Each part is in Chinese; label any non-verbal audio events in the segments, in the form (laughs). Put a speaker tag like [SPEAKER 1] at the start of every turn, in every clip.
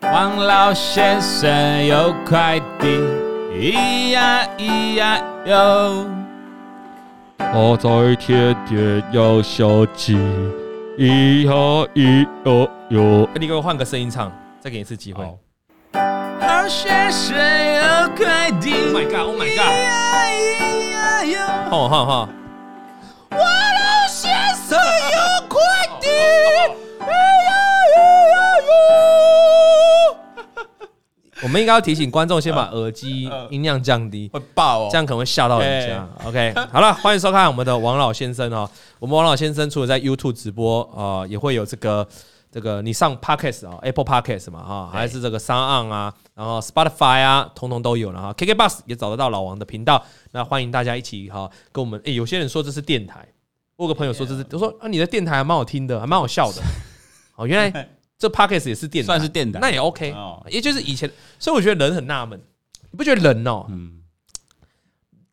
[SPEAKER 1] 王老先生有快递，咿呀咿呀哟，
[SPEAKER 2] 我在天天要小鸡，咿呀咿哟哟。
[SPEAKER 3] 你给我换个声音唱，再给你一次机会。
[SPEAKER 2] 好
[SPEAKER 1] 老先生有快递
[SPEAKER 3] Oh my god! Oh my
[SPEAKER 1] 咿
[SPEAKER 3] god!
[SPEAKER 1] 呀咿呀哟，
[SPEAKER 3] 好好好，
[SPEAKER 1] 王老先生有快递，咿呀咿呀哟。
[SPEAKER 3] 我们应该要提醒观众先把耳机音量降低，
[SPEAKER 1] 会爆哦！
[SPEAKER 3] 这样可 (laughs) 能会吓到人家。OK，好了，欢迎收看我们的王老先生哦。我们王老先生除了在 YouTube 直播，呃，也会有这个这个你上 Podcast 啊、Apple Podcast 嘛哈、还是这个 s o n 啊，然后 Spotify 啊，通通都有了哈。KKBox 也找得到老王的频道，那欢迎大家一起哈、跟我们。诶，有些人说这是电台，我有个朋友说这是，我说啊，你的电台还蛮好听的，还蛮好笑的。哦，
[SPEAKER 1] (laughs)
[SPEAKER 3] 原来这 Podcast 也是电台，
[SPEAKER 1] 算是电台
[SPEAKER 3] 那也 OK，、
[SPEAKER 1] 哦
[SPEAKER 3] 也就是以前，所以我觉得人很纳闷，你不觉得人哦，
[SPEAKER 1] 嗯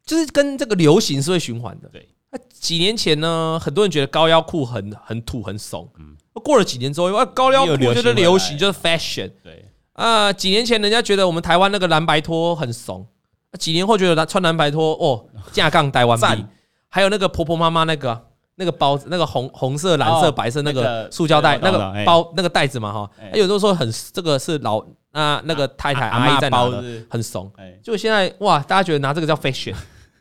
[SPEAKER 3] 就是跟这个流行是会循环的。
[SPEAKER 1] 对，
[SPEAKER 3] 那几年前呢，很多人觉得高腰裤很很土很怂，过了几年之后，啊，高腰裤
[SPEAKER 1] 又嗯流行
[SPEAKER 3] 就是
[SPEAKER 1] 回
[SPEAKER 3] 流
[SPEAKER 1] 来
[SPEAKER 3] 行，就是 fashion
[SPEAKER 1] 对，
[SPEAKER 3] 啊、几年前人家觉得我们台湾那个蓝白拖很怂，啊几年后觉得蓝穿蓝白拖哦，架杠台湾币
[SPEAKER 1] 赞，
[SPEAKER 3] 还有那个婆婆妈妈那个啊、那个包，那个红红色、蓝色、
[SPEAKER 1] 哦
[SPEAKER 3] 白色那
[SPEAKER 1] 那
[SPEAKER 3] 个
[SPEAKER 1] 个
[SPEAKER 3] 塑胶袋，
[SPEAKER 1] 对我
[SPEAKER 3] 那
[SPEAKER 1] 懂了
[SPEAKER 3] 个包、那个袋子嘛哈，
[SPEAKER 1] 哎
[SPEAKER 3] 啊有的时候很这个是老啊那个太太
[SPEAKER 1] 啊
[SPEAKER 3] 阿
[SPEAKER 1] 阿
[SPEAKER 3] 姨
[SPEAKER 1] 嬷
[SPEAKER 3] 在拿
[SPEAKER 1] 包是
[SPEAKER 3] 的
[SPEAKER 1] 不是，
[SPEAKER 3] 很怂。
[SPEAKER 1] 哎，
[SPEAKER 3] 就现在哇，大家觉得拿这个叫 fashion，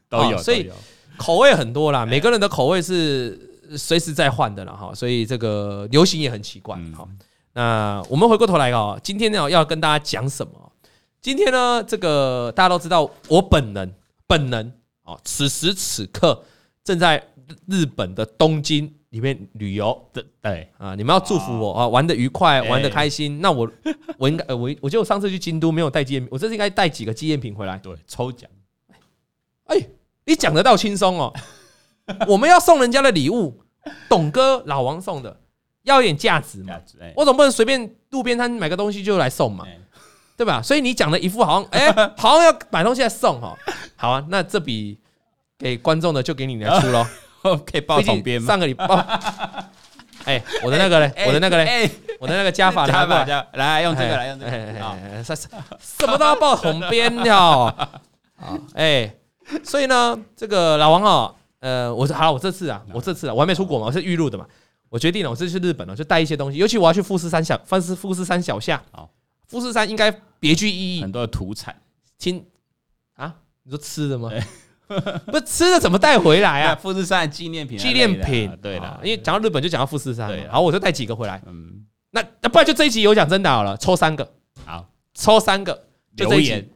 [SPEAKER 1] 都
[SPEAKER 3] 哦
[SPEAKER 1] 有，
[SPEAKER 3] 所以
[SPEAKER 1] 都有
[SPEAKER 3] 口味很多啦，每个人的口味是随时在换的啦哈，所以这个流行也很奇怪
[SPEAKER 1] 嗯
[SPEAKER 3] 好，那我们回过头来哦，今天呢要跟大家讲什么？今天呢，这个大家都知道，我本人本人哦，此时此刻正在日本的东京里面旅游
[SPEAKER 1] 对对，
[SPEAKER 3] 啊，你们要祝福我啊，玩的愉快，
[SPEAKER 1] 哎
[SPEAKER 3] 玩的开心。那我我应该呃我我记得我上次去京都没有带纪念品，我这次应该带几个纪念品回来。
[SPEAKER 1] 对，抽奖
[SPEAKER 3] 哎，你讲得到轻松哦。 (laughs) 我们要送人家的礼物，董哥老王送的，要有点价值嘛
[SPEAKER 1] 价。值，哎，
[SPEAKER 3] 我总不能随便路边摊买个东西就来送嘛，
[SPEAKER 1] 哎
[SPEAKER 3] 对吧？所以你讲的一副好像，哎、 (laughs) 好像要买东西来送哦。好啊，那这笔给观众的就给你来出 (laughs) 喽。
[SPEAKER 1] 可以报
[SPEAKER 3] 毕
[SPEAKER 1] 统
[SPEAKER 3] 竟
[SPEAKER 1] 编吗？
[SPEAKER 3] 上个礼拜，哦 (laughs) 哎、我的那个嘞，我的那个嘞，
[SPEAKER 1] 哎，
[SPEAKER 3] 我的那个加法拿
[SPEAKER 1] 加
[SPEAKER 3] 过来
[SPEAKER 1] 法，加，来用这个，
[SPEAKER 3] 哎
[SPEAKER 1] 来用这
[SPEAKER 3] 哎
[SPEAKER 1] 个，
[SPEAKER 3] 哎
[SPEAKER 1] 好
[SPEAKER 3] 哎哎什什么都要报统编的哦啊！哎，所以呢，这个老王哦，呃，我是好了，我这次啊，我这次啊，我还没出国嘛，我是预录的嘛，我决定了，我这次去日本了，就带一些东西，尤其我要去富士山小，富士富士山小巷
[SPEAKER 1] 好，
[SPEAKER 3] 富士山应该别具意义
[SPEAKER 1] 很，多的土产，
[SPEAKER 3] 亲啊，你说吃的吗
[SPEAKER 1] 哎？
[SPEAKER 3] 不吃的怎么带回来
[SPEAKER 1] 哎，
[SPEAKER 3] 啊？
[SPEAKER 1] 富士山的纪念品啊，
[SPEAKER 3] 纪念品
[SPEAKER 1] 类的啊，对
[SPEAKER 3] 啊
[SPEAKER 1] 啦，
[SPEAKER 3] 因为讲到日本就讲到富士山嘛
[SPEAKER 1] 对，啊
[SPEAKER 3] 好，我就带几个回来。
[SPEAKER 1] 嗯，
[SPEAKER 3] 那那不然就这一集有奖征答好了，抽三个，
[SPEAKER 1] 好，
[SPEAKER 3] 抽三个，就这
[SPEAKER 1] 留
[SPEAKER 3] 一集
[SPEAKER 1] 言，，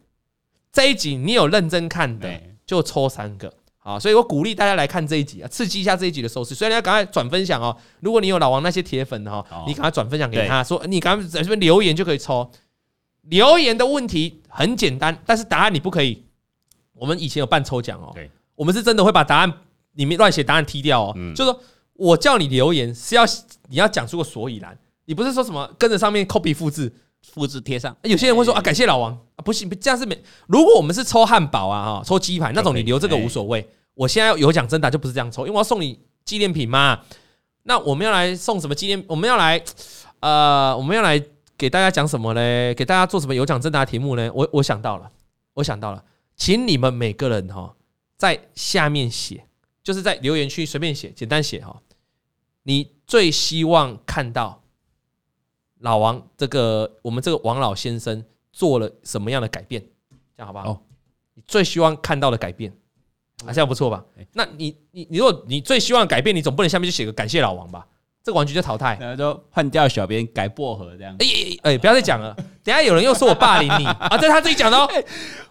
[SPEAKER 3] 这一集你有认真看的，
[SPEAKER 1] 对，
[SPEAKER 3] 就抽三个。好，所以我鼓励大家来看这一集啊，刺激一下这一集的收视。所以大家赶快转分享哦。如果你有老王那些铁粉哦，
[SPEAKER 1] 哦
[SPEAKER 3] 你赶快转分享给他，说你赶快在这边留言就可以抽。留言的问题很简单，但是答案你不可以。我们以前有办抽奖哦
[SPEAKER 1] 对，
[SPEAKER 3] 我们是真的会把答案里面乱写答案踢掉哦。
[SPEAKER 1] 嗯
[SPEAKER 3] 就是说我叫你留言是要你要讲出个所以然，你不是说什么跟着上面 copy 复制，
[SPEAKER 1] 复制贴上，
[SPEAKER 3] 有些人会说啊，感谢老王啊，不行，不这样是没。如果我们是抽汉堡啊，哈，抽鸡排那种，
[SPEAKER 1] 就可以
[SPEAKER 3] 你留这个
[SPEAKER 1] 哎
[SPEAKER 3] 无所谓。我现在有奖征答就不是这样抽，因为我要送你纪念品嘛。那我们要来送什么纪念？我们要来，呃，我们要来给大家讲什么嘞？给大家做什么有奖征答题目呢？我我想到了，我想到了，请你们每个人哈、在下面写，就是在留言区随便写，简单写哈、你最希望看到老王这个我们这个王老先生做了什么样的改变？这样好不好？
[SPEAKER 1] 哦
[SPEAKER 3] 你最希望看到的改变，啊，这样不错吧
[SPEAKER 1] 哎？
[SPEAKER 3] 那你你你如果你最希望的改变，你总不能下面就写个感谢老王吧？这个完全就淘汰。
[SPEAKER 1] 然后就换掉小编，改薄荷这样，
[SPEAKER 3] 哎哎哎，不要再讲
[SPEAKER 1] (laughs)
[SPEAKER 3] 了，等一下有人又说我霸凌你啊，这是他自己讲的哦。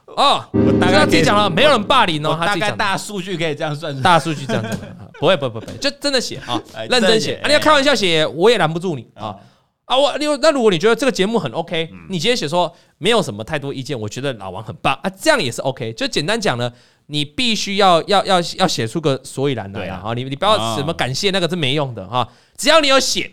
[SPEAKER 3] 哦，
[SPEAKER 1] 我
[SPEAKER 3] 这
[SPEAKER 1] 大
[SPEAKER 3] 是他
[SPEAKER 1] 概
[SPEAKER 3] 自己讲
[SPEAKER 1] 了，
[SPEAKER 3] 了，没有人霸凌哦
[SPEAKER 1] 我，
[SPEAKER 3] 他
[SPEAKER 1] 大
[SPEAKER 3] 自己
[SPEAKER 1] 概
[SPEAKER 3] 讲的。
[SPEAKER 1] 大数据可以这样算出来，
[SPEAKER 3] 大数据这样子，啊 (laughs) 不会不会不会，就真的写啊
[SPEAKER 1] 哎，
[SPEAKER 3] 认
[SPEAKER 1] 真
[SPEAKER 3] 真写
[SPEAKER 1] 的写
[SPEAKER 3] 啊！你要开玩笑写，我也拦不住你啊
[SPEAKER 1] 啊，
[SPEAKER 3] 啊！我你那如果你觉得这个节目很 OK，你
[SPEAKER 1] 嗯
[SPEAKER 3] 直接写说没有什么太多意见，我觉得老王很棒啊，这样也是 OK。就简单讲呢，你必须要要要要写出个所以然来
[SPEAKER 1] 对
[SPEAKER 3] 啊
[SPEAKER 1] 啊！
[SPEAKER 3] 啊你你不要
[SPEAKER 1] 啊
[SPEAKER 3] 什么感谢那个是没用的哈、只要你有写，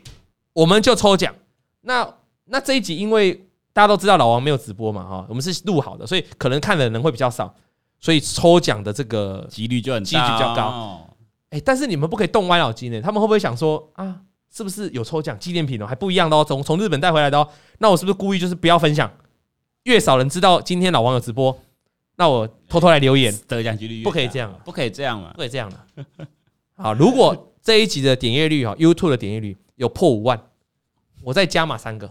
[SPEAKER 3] 我们就抽奖。那那这一集因为大家都知道老王没有直播嘛哈、我们是录好的，所以可能看的人会比较少，所以抽奖的这个
[SPEAKER 1] 几率就很哦
[SPEAKER 3] 几率比较
[SPEAKER 1] 高，
[SPEAKER 3] 哎、但是你们不可以动歪脑筋呢，他们会不会想说啊，是不是有抽奖纪念品哦？还不一样的哦，从从日本带回来的哦。那我是不是故意就是不要分享？越少人知道今天老王有直播，那我偷偷来留 (laughs) 言，
[SPEAKER 1] 得奖几率越
[SPEAKER 3] 不可以
[SPEAKER 1] 大
[SPEAKER 3] 这样啊，
[SPEAKER 1] 不可以这样嘛
[SPEAKER 3] 不？可以这样了。好，如果这一集的点阅率哈，YouTube 的点阅率有破五万，我再加码三个，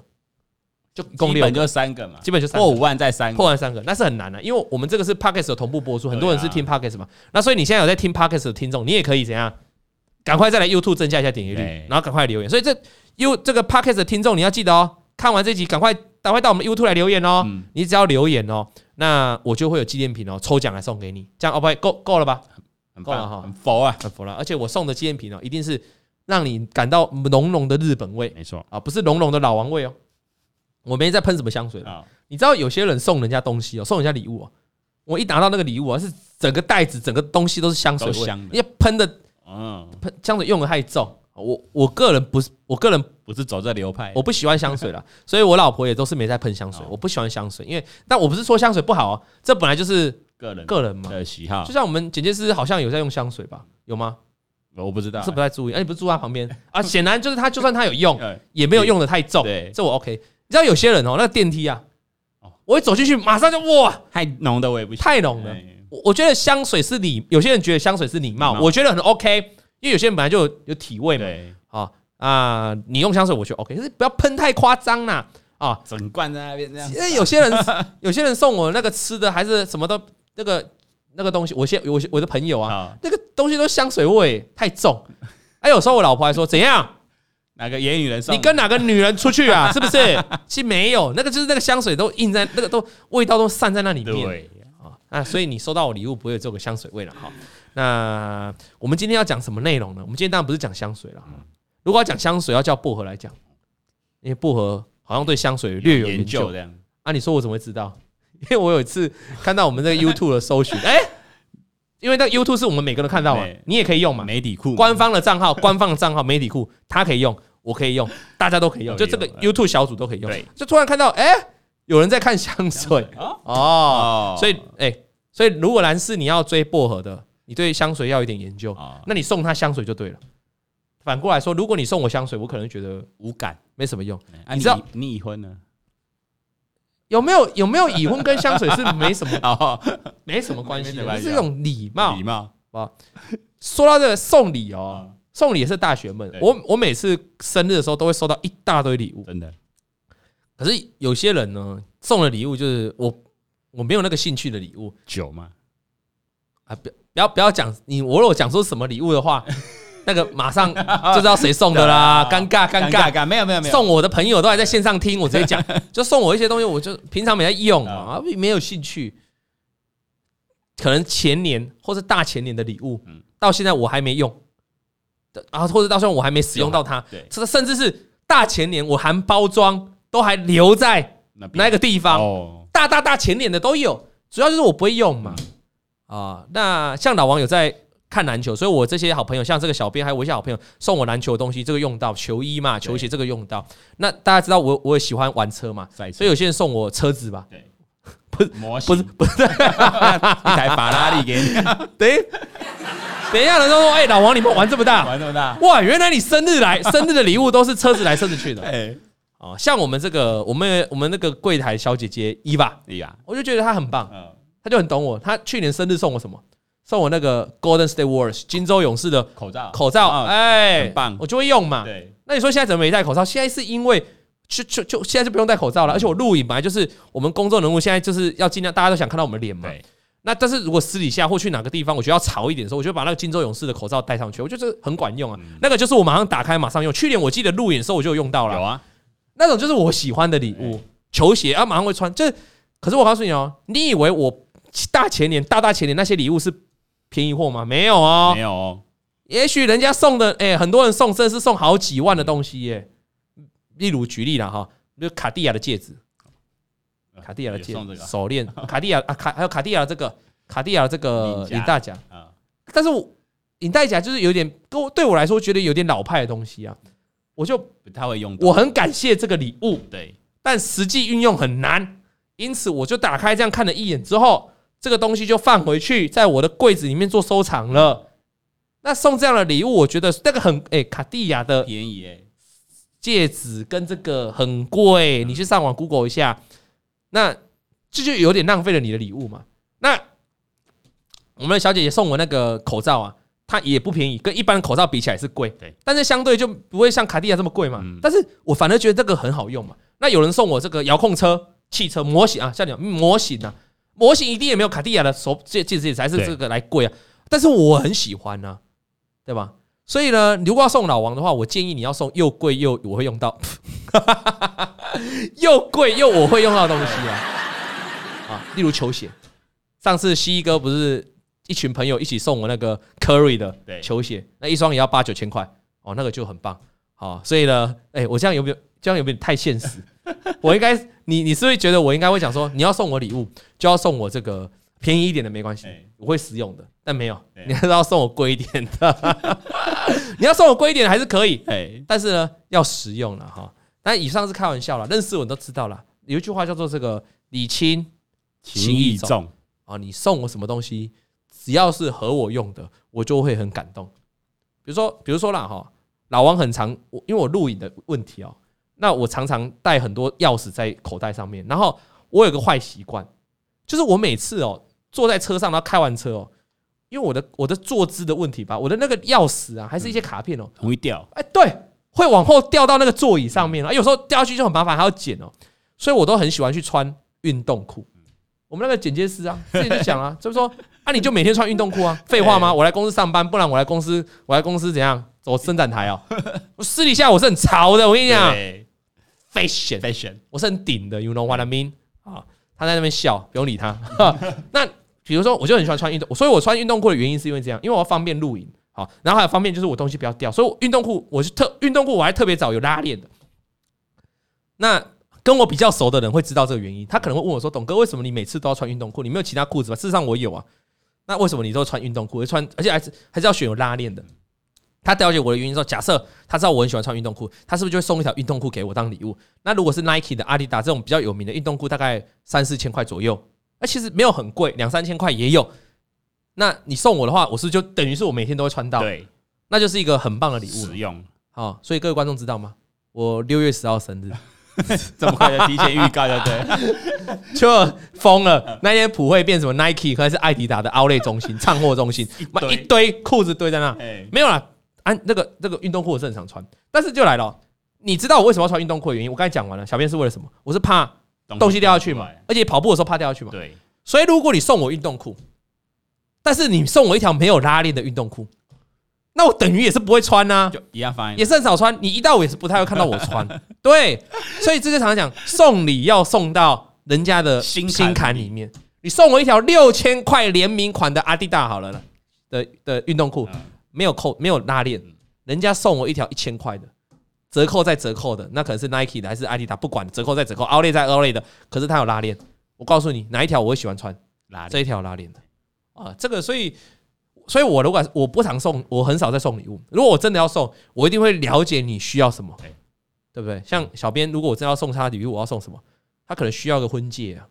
[SPEAKER 3] 就一共
[SPEAKER 1] 基
[SPEAKER 3] 六
[SPEAKER 1] 本
[SPEAKER 3] 个，
[SPEAKER 1] 就三个嘛，
[SPEAKER 3] 基本就三
[SPEAKER 1] 破
[SPEAKER 3] 个。
[SPEAKER 1] 五万再三
[SPEAKER 3] 破
[SPEAKER 1] 个，
[SPEAKER 3] 完三个，那是很难的，因为我们这个是 podcast 有同步播出，很多人是
[SPEAKER 1] 对啊
[SPEAKER 3] 听 podcast 嘛。那所以你现在有在听 podcast 的听众，你也可以怎样？赶快再来 YouTube 增加一下点击率
[SPEAKER 1] 对，
[SPEAKER 3] 然后赶快留言。所以这 You 这个 podcast 的听众，你要记得哦，看完这集赶快赶快到我们 YouTube 来留言哦。
[SPEAKER 1] 嗯
[SPEAKER 3] 你只要留言哦，那我就会有纪念品哦，抽奖来送给你。这样哦，不会够够了吧？
[SPEAKER 1] 很
[SPEAKER 3] 够了哈
[SPEAKER 1] 棒，
[SPEAKER 3] 嗯
[SPEAKER 1] 很佛啊，
[SPEAKER 3] 很服了。而且我送的纪念品哦，一定是让你感到浓浓的日本味
[SPEAKER 1] 没错
[SPEAKER 3] 啊，不是浓浓的老王味哦。我没在喷什么香水了。
[SPEAKER 1] 啊，
[SPEAKER 3] 你知道有些人送人家东西哦，送人家礼物哦，我一拿到那个礼物啊，是整个袋子、整个东西都是香水
[SPEAKER 1] 都
[SPEAKER 3] 味
[SPEAKER 1] 香，的
[SPEAKER 3] 因为喷的
[SPEAKER 1] 嗯，
[SPEAKER 3] 喷香水用的太重。我我个人不是，我个人
[SPEAKER 1] 不是走这流派，
[SPEAKER 3] 我不喜欢香
[SPEAKER 1] (laughs)
[SPEAKER 3] 水啦，所以我老婆也都是没在喷香水
[SPEAKER 1] 哎哦。
[SPEAKER 3] 我不喜欢香水，因为但我不是说香水不好哦，这本来就是
[SPEAKER 1] 个人
[SPEAKER 3] 个人嘛。
[SPEAKER 1] 的喜好
[SPEAKER 3] 就，像我们剪接师好像有在用香水吧？有吗？
[SPEAKER 1] 我不知道
[SPEAKER 3] 是，不太注意。哎，你不是住他
[SPEAKER 1] (laughs)
[SPEAKER 3] 旁边啊？显然就是 (laughs) 他，就算他有用，
[SPEAKER 1] 呃
[SPEAKER 3] 也没有用的太重。
[SPEAKER 1] 对，
[SPEAKER 3] 这我 OK。你知道有些人哦，那个电梯啊
[SPEAKER 1] 哦，
[SPEAKER 3] 我一走进去马上就哇，
[SPEAKER 1] 太浓的我也不喜欢，
[SPEAKER 3] 太浓了。
[SPEAKER 1] 哎
[SPEAKER 3] 我我觉得香水是礼，有些人觉得香水是礼貌，
[SPEAKER 1] 礼貌
[SPEAKER 3] 我觉得很 OK，因为有些人本来就有有体味嘛。
[SPEAKER 1] 对，
[SPEAKER 3] 啊啊，你用香水我觉得 OK，可是不要喷太夸张啦。啊，
[SPEAKER 1] 整罐在那边这样
[SPEAKER 3] 因，为有些人
[SPEAKER 1] (laughs)
[SPEAKER 3] 有些人送我那个吃的还是什么都那个那个东西，我现我我的朋友啊，
[SPEAKER 1] 啊，
[SPEAKER 3] 那个东西都香水味太重。哎，有时候我老婆还说怎样，
[SPEAKER 1] 哪个言语人送
[SPEAKER 3] 你跟哪个女人出去啊？是不是？ (laughs) 其实没有，那个就是那个香水都印在那个都味道都散在那里面。
[SPEAKER 1] 对，
[SPEAKER 3] 啊，那所以你收到我礼物不会有这个香水味了哈。那我们今天要讲什么内容呢？我们今天当然不是讲香水了哈。如果要讲香水，要叫薄荷来讲，因为薄荷好像对香水略有研
[SPEAKER 1] 研究
[SPEAKER 3] 究
[SPEAKER 1] 这。样，
[SPEAKER 3] 啊，你说我怎么会知道？ (laughs) 因为我有一次看到我们这个 YouTube 的搜寻，哎，因为那个 YouTube 是我们每个人都看到嘛
[SPEAKER 1] 对，
[SPEAKER 3] 你也可以用嘛，
[SPEAKER 1] 媒体库嘛
[SPEAKER 3] 官方的账号、官方的账号、媒体库，他可以用，我可以用，大家都可以用，
[SPEAKER 1] 都
[SPEAKER 3] 就
[SPEAKER 1] 可以
[SPEAKER 3] 这个
[SPEAKER 1] 用
[SPEAKER 3] YouTube 小组都可以用
[SPEAKER 1] 对。
[SPEAKER 3] 就突然看到，哎，有人在看香水
[SPEAKER 1] 哦
[SPEAKER 3] 哦。
[SPEAKER 1] 哦
[SPEAKER 3] 所以，哎、所以如果兰斯你要追薄荷的，你对香水要有一点研究，
[SPEAKER 1] 啊
[SPEAKER 3] 那你送他香水就对了。反过来说，如果你送我香水，我可能觉得
[SPEAKER 1] 无感，
[SPEAKER 3] 没什么用。
[SPEAKER 1] 啊
[SPEAKER 3] 你知道
[SPEAKER 1] 你已婚了，
[SPEAKER 3] 有没有有没有已婚跟香水是
[SPEAKER 1] (laughs)
[SPEAKER 3] 没什么
[SPEAKER 1] 哦，
[SPEAKER 3] 没什么关系
[SPEAKER 1] 没什么
[SPEAKER 3] 的，
[SPEAKER 1] 关
[SPEAKER 3] 这
[SPEAKER 1] 系啊
[SPEAKER 3] 是一种礼貌
[SPEAKER 1] 礼。貌
[SPEAKER 3] 说到这个送礼哦，
[SPEAKER 1] 啊，
[SPEAKER 3] 送礼也是大学问。
[SPEAKER 1] 对
[SPEAKER 3] 我我每次生日的时候都会收到一大堆礼物，
[SPEAKER 1] 真的
[SPEAKER 3] 可是有些人呢送的礼物就是我我没有那个兴趣的礼物，
[SPEAKER 1] 酒嘛，
[SPEAKER 3] 啊，不不要不要讲你，我如果讲说什么礼物的话，那个马上就知道谁送的 (laughs) 啦，尴尬啊尴尬。
[SPEAKER 1] 尬，没有没有没有，
[SPEAKER 3] 送我的朋友都还在线上听，我直接讲，就送我一些东西，我就平常没在用嘛，啊没有兴趣。可能前年或是大前年的礼物
[SPEAKER 1] 嗯，
[SPEAKER 3] 到现在我还没用，啊，或者到现在我还没使用到它，
[SPEAKER 1] 对，
[SPEAKER 3] 甚甚至是大前年我含包装都还留在
[SPEAKER 1] 那边
[SPEAKER 3] 那个地方，
[SPEAKER 1] 哦，
[SPEAKER 3] 大大大前脸的都有，主要就是我不会用嘛。啊，那像老王有在看篮球，所以我这些好朋友，像这个小编还有我一些好朋友送我篮球的东西，这个用到球衣嘛，球鞋这个用到。那大家知道我我也喜欢玩车嘛，
[SPEAKER 1] 所
[SPEAKER 3] 所以有些人送我车子吧，
[SPEAKER 1] 模型
[SPEAKER 3] 不是不
[SPEAKER 1] (laughs)
[SPEAKER 3] 是，
[SPEAKER 1] 一台法拉利给你，
[SPEAKER 3] 等一等一下，人家说，哎、老王你 (laughs) 们玩这么大，
[SPEAKER 1] 玩这么大，
[SPEAKER 3] 哇，原来你生日来， (laughs) 生日的礼物都是车子来车子去的
[SPEAKER 1] 哎，
[SPEAKER 3] 啊。像我们这个，我们我们那个柜台小姐姐伊娃，
[SPEAKER 1] 哎呀，
[SPEAKER 3] 我就觉得她很棒。
[SPEAKER 1] 嗯，
[SPEAKER 3] 他就很懂我。他去年生日送我什么？送我那个 Golden State Warriors 金州勇士的
[SPEAKER 1] 口罩，
[SPEAKER 3] 口罩，
[SPEAKER 1] 哦
[SPEAKER 3] 哎、
[SPEAKER 1] 很棒
[SPEAKER 3] 我就会用嘛。
[SPEAKER 1] 对，
[SPEAKER 3] 那你说现在怎么没戴口罩？现在是因为就就就现在就不用戴口罩
[SPEAKER 1] 嗯
[SPEAKER 3] 了，而且我录影本来就是我们公众人物，现在就是要尽量大家都想看到我们的脸嘛
[SPEAKER 1] 对。
[SPEAKER 3] 那但是如果私底下或去哪个地方，我觉得要潮一点的时候，我就把那个金州勇士的口罩戴上去，我觉得这很管用啊。
[SPEAKER 1] 嗯
[SPEAKER 3] 那个就是我马上打开马上用。去年我记得录影的时候我就有用到了
[SPEAKER 1] 有，啊，
[SPEAKER 3] 那种就是我喜欢的礼物，球鞋啊，马上会穿。就是，可是我告诉你哦，你以为我大前年、大大前年那些礼物是便宜货吗？没有哦
[SPEAKER 1] 没，有哦，
[SPEAKER 3] 也许人家送的，哎，很多人送，甚至是送好几万的东西耶。例如举例了哈，就卡地亚的戒指，卡地亚的戒
[SPEAKER 1] 啊也送这
[SPEAKER 3] 指、
[SPEAKER 1] 个
[SPEAKER 3] 手
[SPEAKER 1] (laughs)
[SPEAKER 3] 链，卡地亚啊卡，还有卡地亚的这个卡地亚的这个
[SPEAKER 1] 领夹
[SPEAKER 3] 领大夹，
[SPEAKER 1] 啊，
[SPEAKER 3] 但是我领带夹就是有点跟我对我来说觉得有点老派的东西啊，我就
[SPEAKER 1] 不太会用到，
[SPEAKER 3] 我很感谢这个礼物，
[SPEAKER 1] 对，
[SPEAKER 3] 但实际运用很难，因此我就打开这样看了一眼之后，这个东西就放回去，在我的柜子里面做收藏了。那送这样的礼物，我觉得那个很诶、卡地亚的
[SPEAKER 1] 便宜哎，
[SPEAKER 3] 戒指跟这个很贵，你去上网 Google 一下，那这就有点浪费了你的礼物嘛。那我们的小姐姐送我那个口罩啊，它也不便宜，跟一般口罩比起来是贵，
[SPEAKER 1] 对，
[SPEAKER 3] 但是相对就不会像卡地亚这么贵嘛。
[SPEAKER 1] 嗯
[SPEAKER 3] 但是我反而觉得这个很好用嘛。那有人送我这个遥控车、汽车模型啊，像你讲嗯模型啊，模型一定也没有卡地亚的手戒戒指也才是
[SPEAKER 1] 对
[SPEAKER 3] 这个来贵啊。但是我很喜欢啊，对吧？所以呢，如果要送老王的话，我建议你要送又贵又我会用到，又贵又我会用到的东西啊
[SPEAKER 1] (laughs)
[SPEAKER 3] 啊，例如球鞋。上次西一哥不是一群朋友一起送我那个 Curry 的
[SPEAKER 1] 对
[SPEAKER 3] 球鞋，那一双也要八九千块哦，那个就很棒。好、所以呢，哎、我这样有没有这样有没有太
[SPEAKER 1] (laughs)
[SPEAKER 3] 现实？我应该你你是不是觉得我应该会讲说，你要送我礼物就要送我这个便宜一点的没关系，
[SPEAKER 1] 哎
[SPEAKER 3] 我会实用的，但没有，
[SPEAKER 1] 对
[SPEAKER 3] 你还是要送我贵一点的。 (laughs) 你要送我贵一点的还是可以，
[SPEAKER 1] 哎，
[SPEAKER 3] 但是呢，要实用了哈。但以上是开玩笑了，认识我你都知道了。有一句话叫做“这个礼轻
[SPEAKER 1] 情意重，
[SPEAKER 3] 啊，你送我什么东西，只要是合我用的，我就会很感动。比如说，比如说啦哈，老王很常我因为我录影的问题哦，那我常常带很多钥匙在口袋上面，然后我有个坏习惯，就是我每次哦坐在车上，然后开完车哦，因为我的我的坐姿的问题吧，我的那个钥匙啊，还是一些卡片哦，
[SPEAKER 1] 容易掉，
[SPEAKER 3] 哎，对，会往后掉到那个座椅上面啊，有时候掉下去就很麻烦，还要捡哦。所以我都很喜欢去穿运动裤。我们那个剪接师啊，之前就讲啊， (laughs) 就是说啊，你就每天穿运动裤啊，废话吗？我来公司上班，不然我来公司，我来公司怎样走伸展台哦？我私底下我是很潮的，我跟你讲
[SPEAKER 1] 对
[SPEAKER 3] ，fashion，
[SPEAKER 1] ，fashion，
[SPEAKER 3] 我是很顶的，you know what I mean？啊，他在那边笑，不用理他。 (laughs) 那比如说，我就很喜欢穿运动，所以我穿运动裤的原因是因为这样，因为我要方便露营，好，然后还有方便就是我东西不要掉，所以我运动裤我是特运动裤我还特别找有拉链的。那跟我比较熟的人会知道这个原因，他可能会问我说：“董哥，为什么你每次都要穿运动裤？你没有其他裤子吗？”事实上我有啊，那为什么你都穿运动裤？而穿而且还是还是要选有拉链的。他了解我的原因之后，假设他知道我很喜欢穿运动裤，他是不是就会送一条运动裤给我当礼物？那如果是 Nike 的、阿迪达这种比较有名的运动裤，大概三四千块左右，那其实没有很贵，两三千块也有。那你送我的话，我是不是就等于是我每天都会穿到，
[SPEAKER 1] 对，
[SPEAKER 3] 那就是一个很棒的礼物了
[SPEAKER 1] 实。用，
[SPEAKER 3] 好、所以各位观众知道吗？我六月十号生日，
[SPEAKER 1] (laughs) 这么快就提前预告，对不对？
[SPEAKER 3] (laughs) 就疯了。那天普惠变什么 Nike 还是艾迪达的 Outlet 中心、 (laughs) 畅货中心，妈一堆裤子堆在那。
[SPEAKER 1] (laughs) (laughs) 哎，
[SPEAKER 3] 没有啦，安、那个那个运动裤我是很常穿，但是就来了哦，你知道我为什么要穿运动裤的原因？我刚才讲完了，小便是为了什么？我是怕东西掉下去嘛，而且跑步的时候怕掉下去嘛。
[SPEAKER 1] 对，
[SPEAKER 3] 所以如果你送我运动裤，但是你送我一条没有拉链的运动裤，那我等于也是不会穿啊呐、
[SPEAKER 1] 就一样放
[SPEAKER 3] 也
[SPEAKER 1] 在
[SPEAKER 3] 是很少穿。你一到我也是不太会看到我
[SPEAKER 1] (laughs)
[SPEAKER 3] 穿，对，所以这就常常讲送礼要送到人家的
[SPEAKER 1] 心坎
[SPEAKER 3] 心坎里面。你送我一条六千块联名款的阿迪达好了啦的的运动裤，
[SPEAKER 1] 嗯
[SPEAKER 3] 没有扣没有拉链
[SPEAKER 1] 嗯，
[SPEAKER 3] 人家送我一条一千块的，折扣再折扣的，那可能是 Nike 的还是阿迪达，不管折扣再折扣，奥莱再奥莱的，可是它有拉链。我告诉你，哪一条我会喜欢穿？
[SPEAKER 1] 哪里？
[SPEAKER 3] 这一条拉链的啊，这个所以所以我如果我不常送，我很少在送礼物。如果我真的要送，我一定会了解你需要什么
[SPEAKER 1] 对，
[SPEAKER 3] 对不对？像小编，如果我真的要送他礼物，我要送什么？他可能需要个婚戒啊，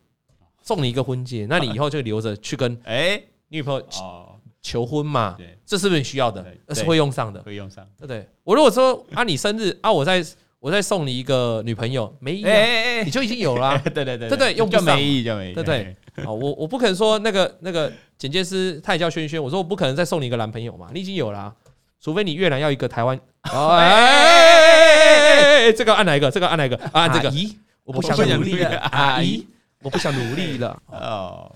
[SPEAKER 3] 送你一个婚戒，那你以后就留着去跟
[SPEAKER 1] 哎，
[SPEAKER 3] 女朋友求
[SPEAKER 1] 哦，
[SPEAKER 3] 求婚嘛
[SPEAKER 1] 对，
[SPEAKER 3] 这是不是你需要的
[SPEAKER 1] 对？
[SPEAKER 3] 那是会用上的，
[SPEAKER 1] 会用上。
[SPEAKER 3] 对不对？我如果说啊，你生日啊，我再我再送你一个女朋友，没意义啊、
[SPEAKER 1] 哎
[SPEAKER 3] 你就已经有啊啦、
[SPEAKER 1] (laughs) 对对对
[SPEAKER 3] 对对用不
[SPEAKER 1] 就
[SPEAKER 3] 上
[SPEAKER 1] 没意义，就没意义，
[SPEAKER 3] 对不对 (laughs) 啊，我我不可能说那个那个剪接师他也叫轩轩，我说我不可能再送你一个男朋友嘛，你已经有啦、除非你越南要一个台 (laughs) 湾，哦哎哎哎哎，这个按哪一个？这个按哪一个？啊按这个？咦，我不想努力了，阿姨，我不想努力 (laughs) 了。
[SPEAKER 1] 哦，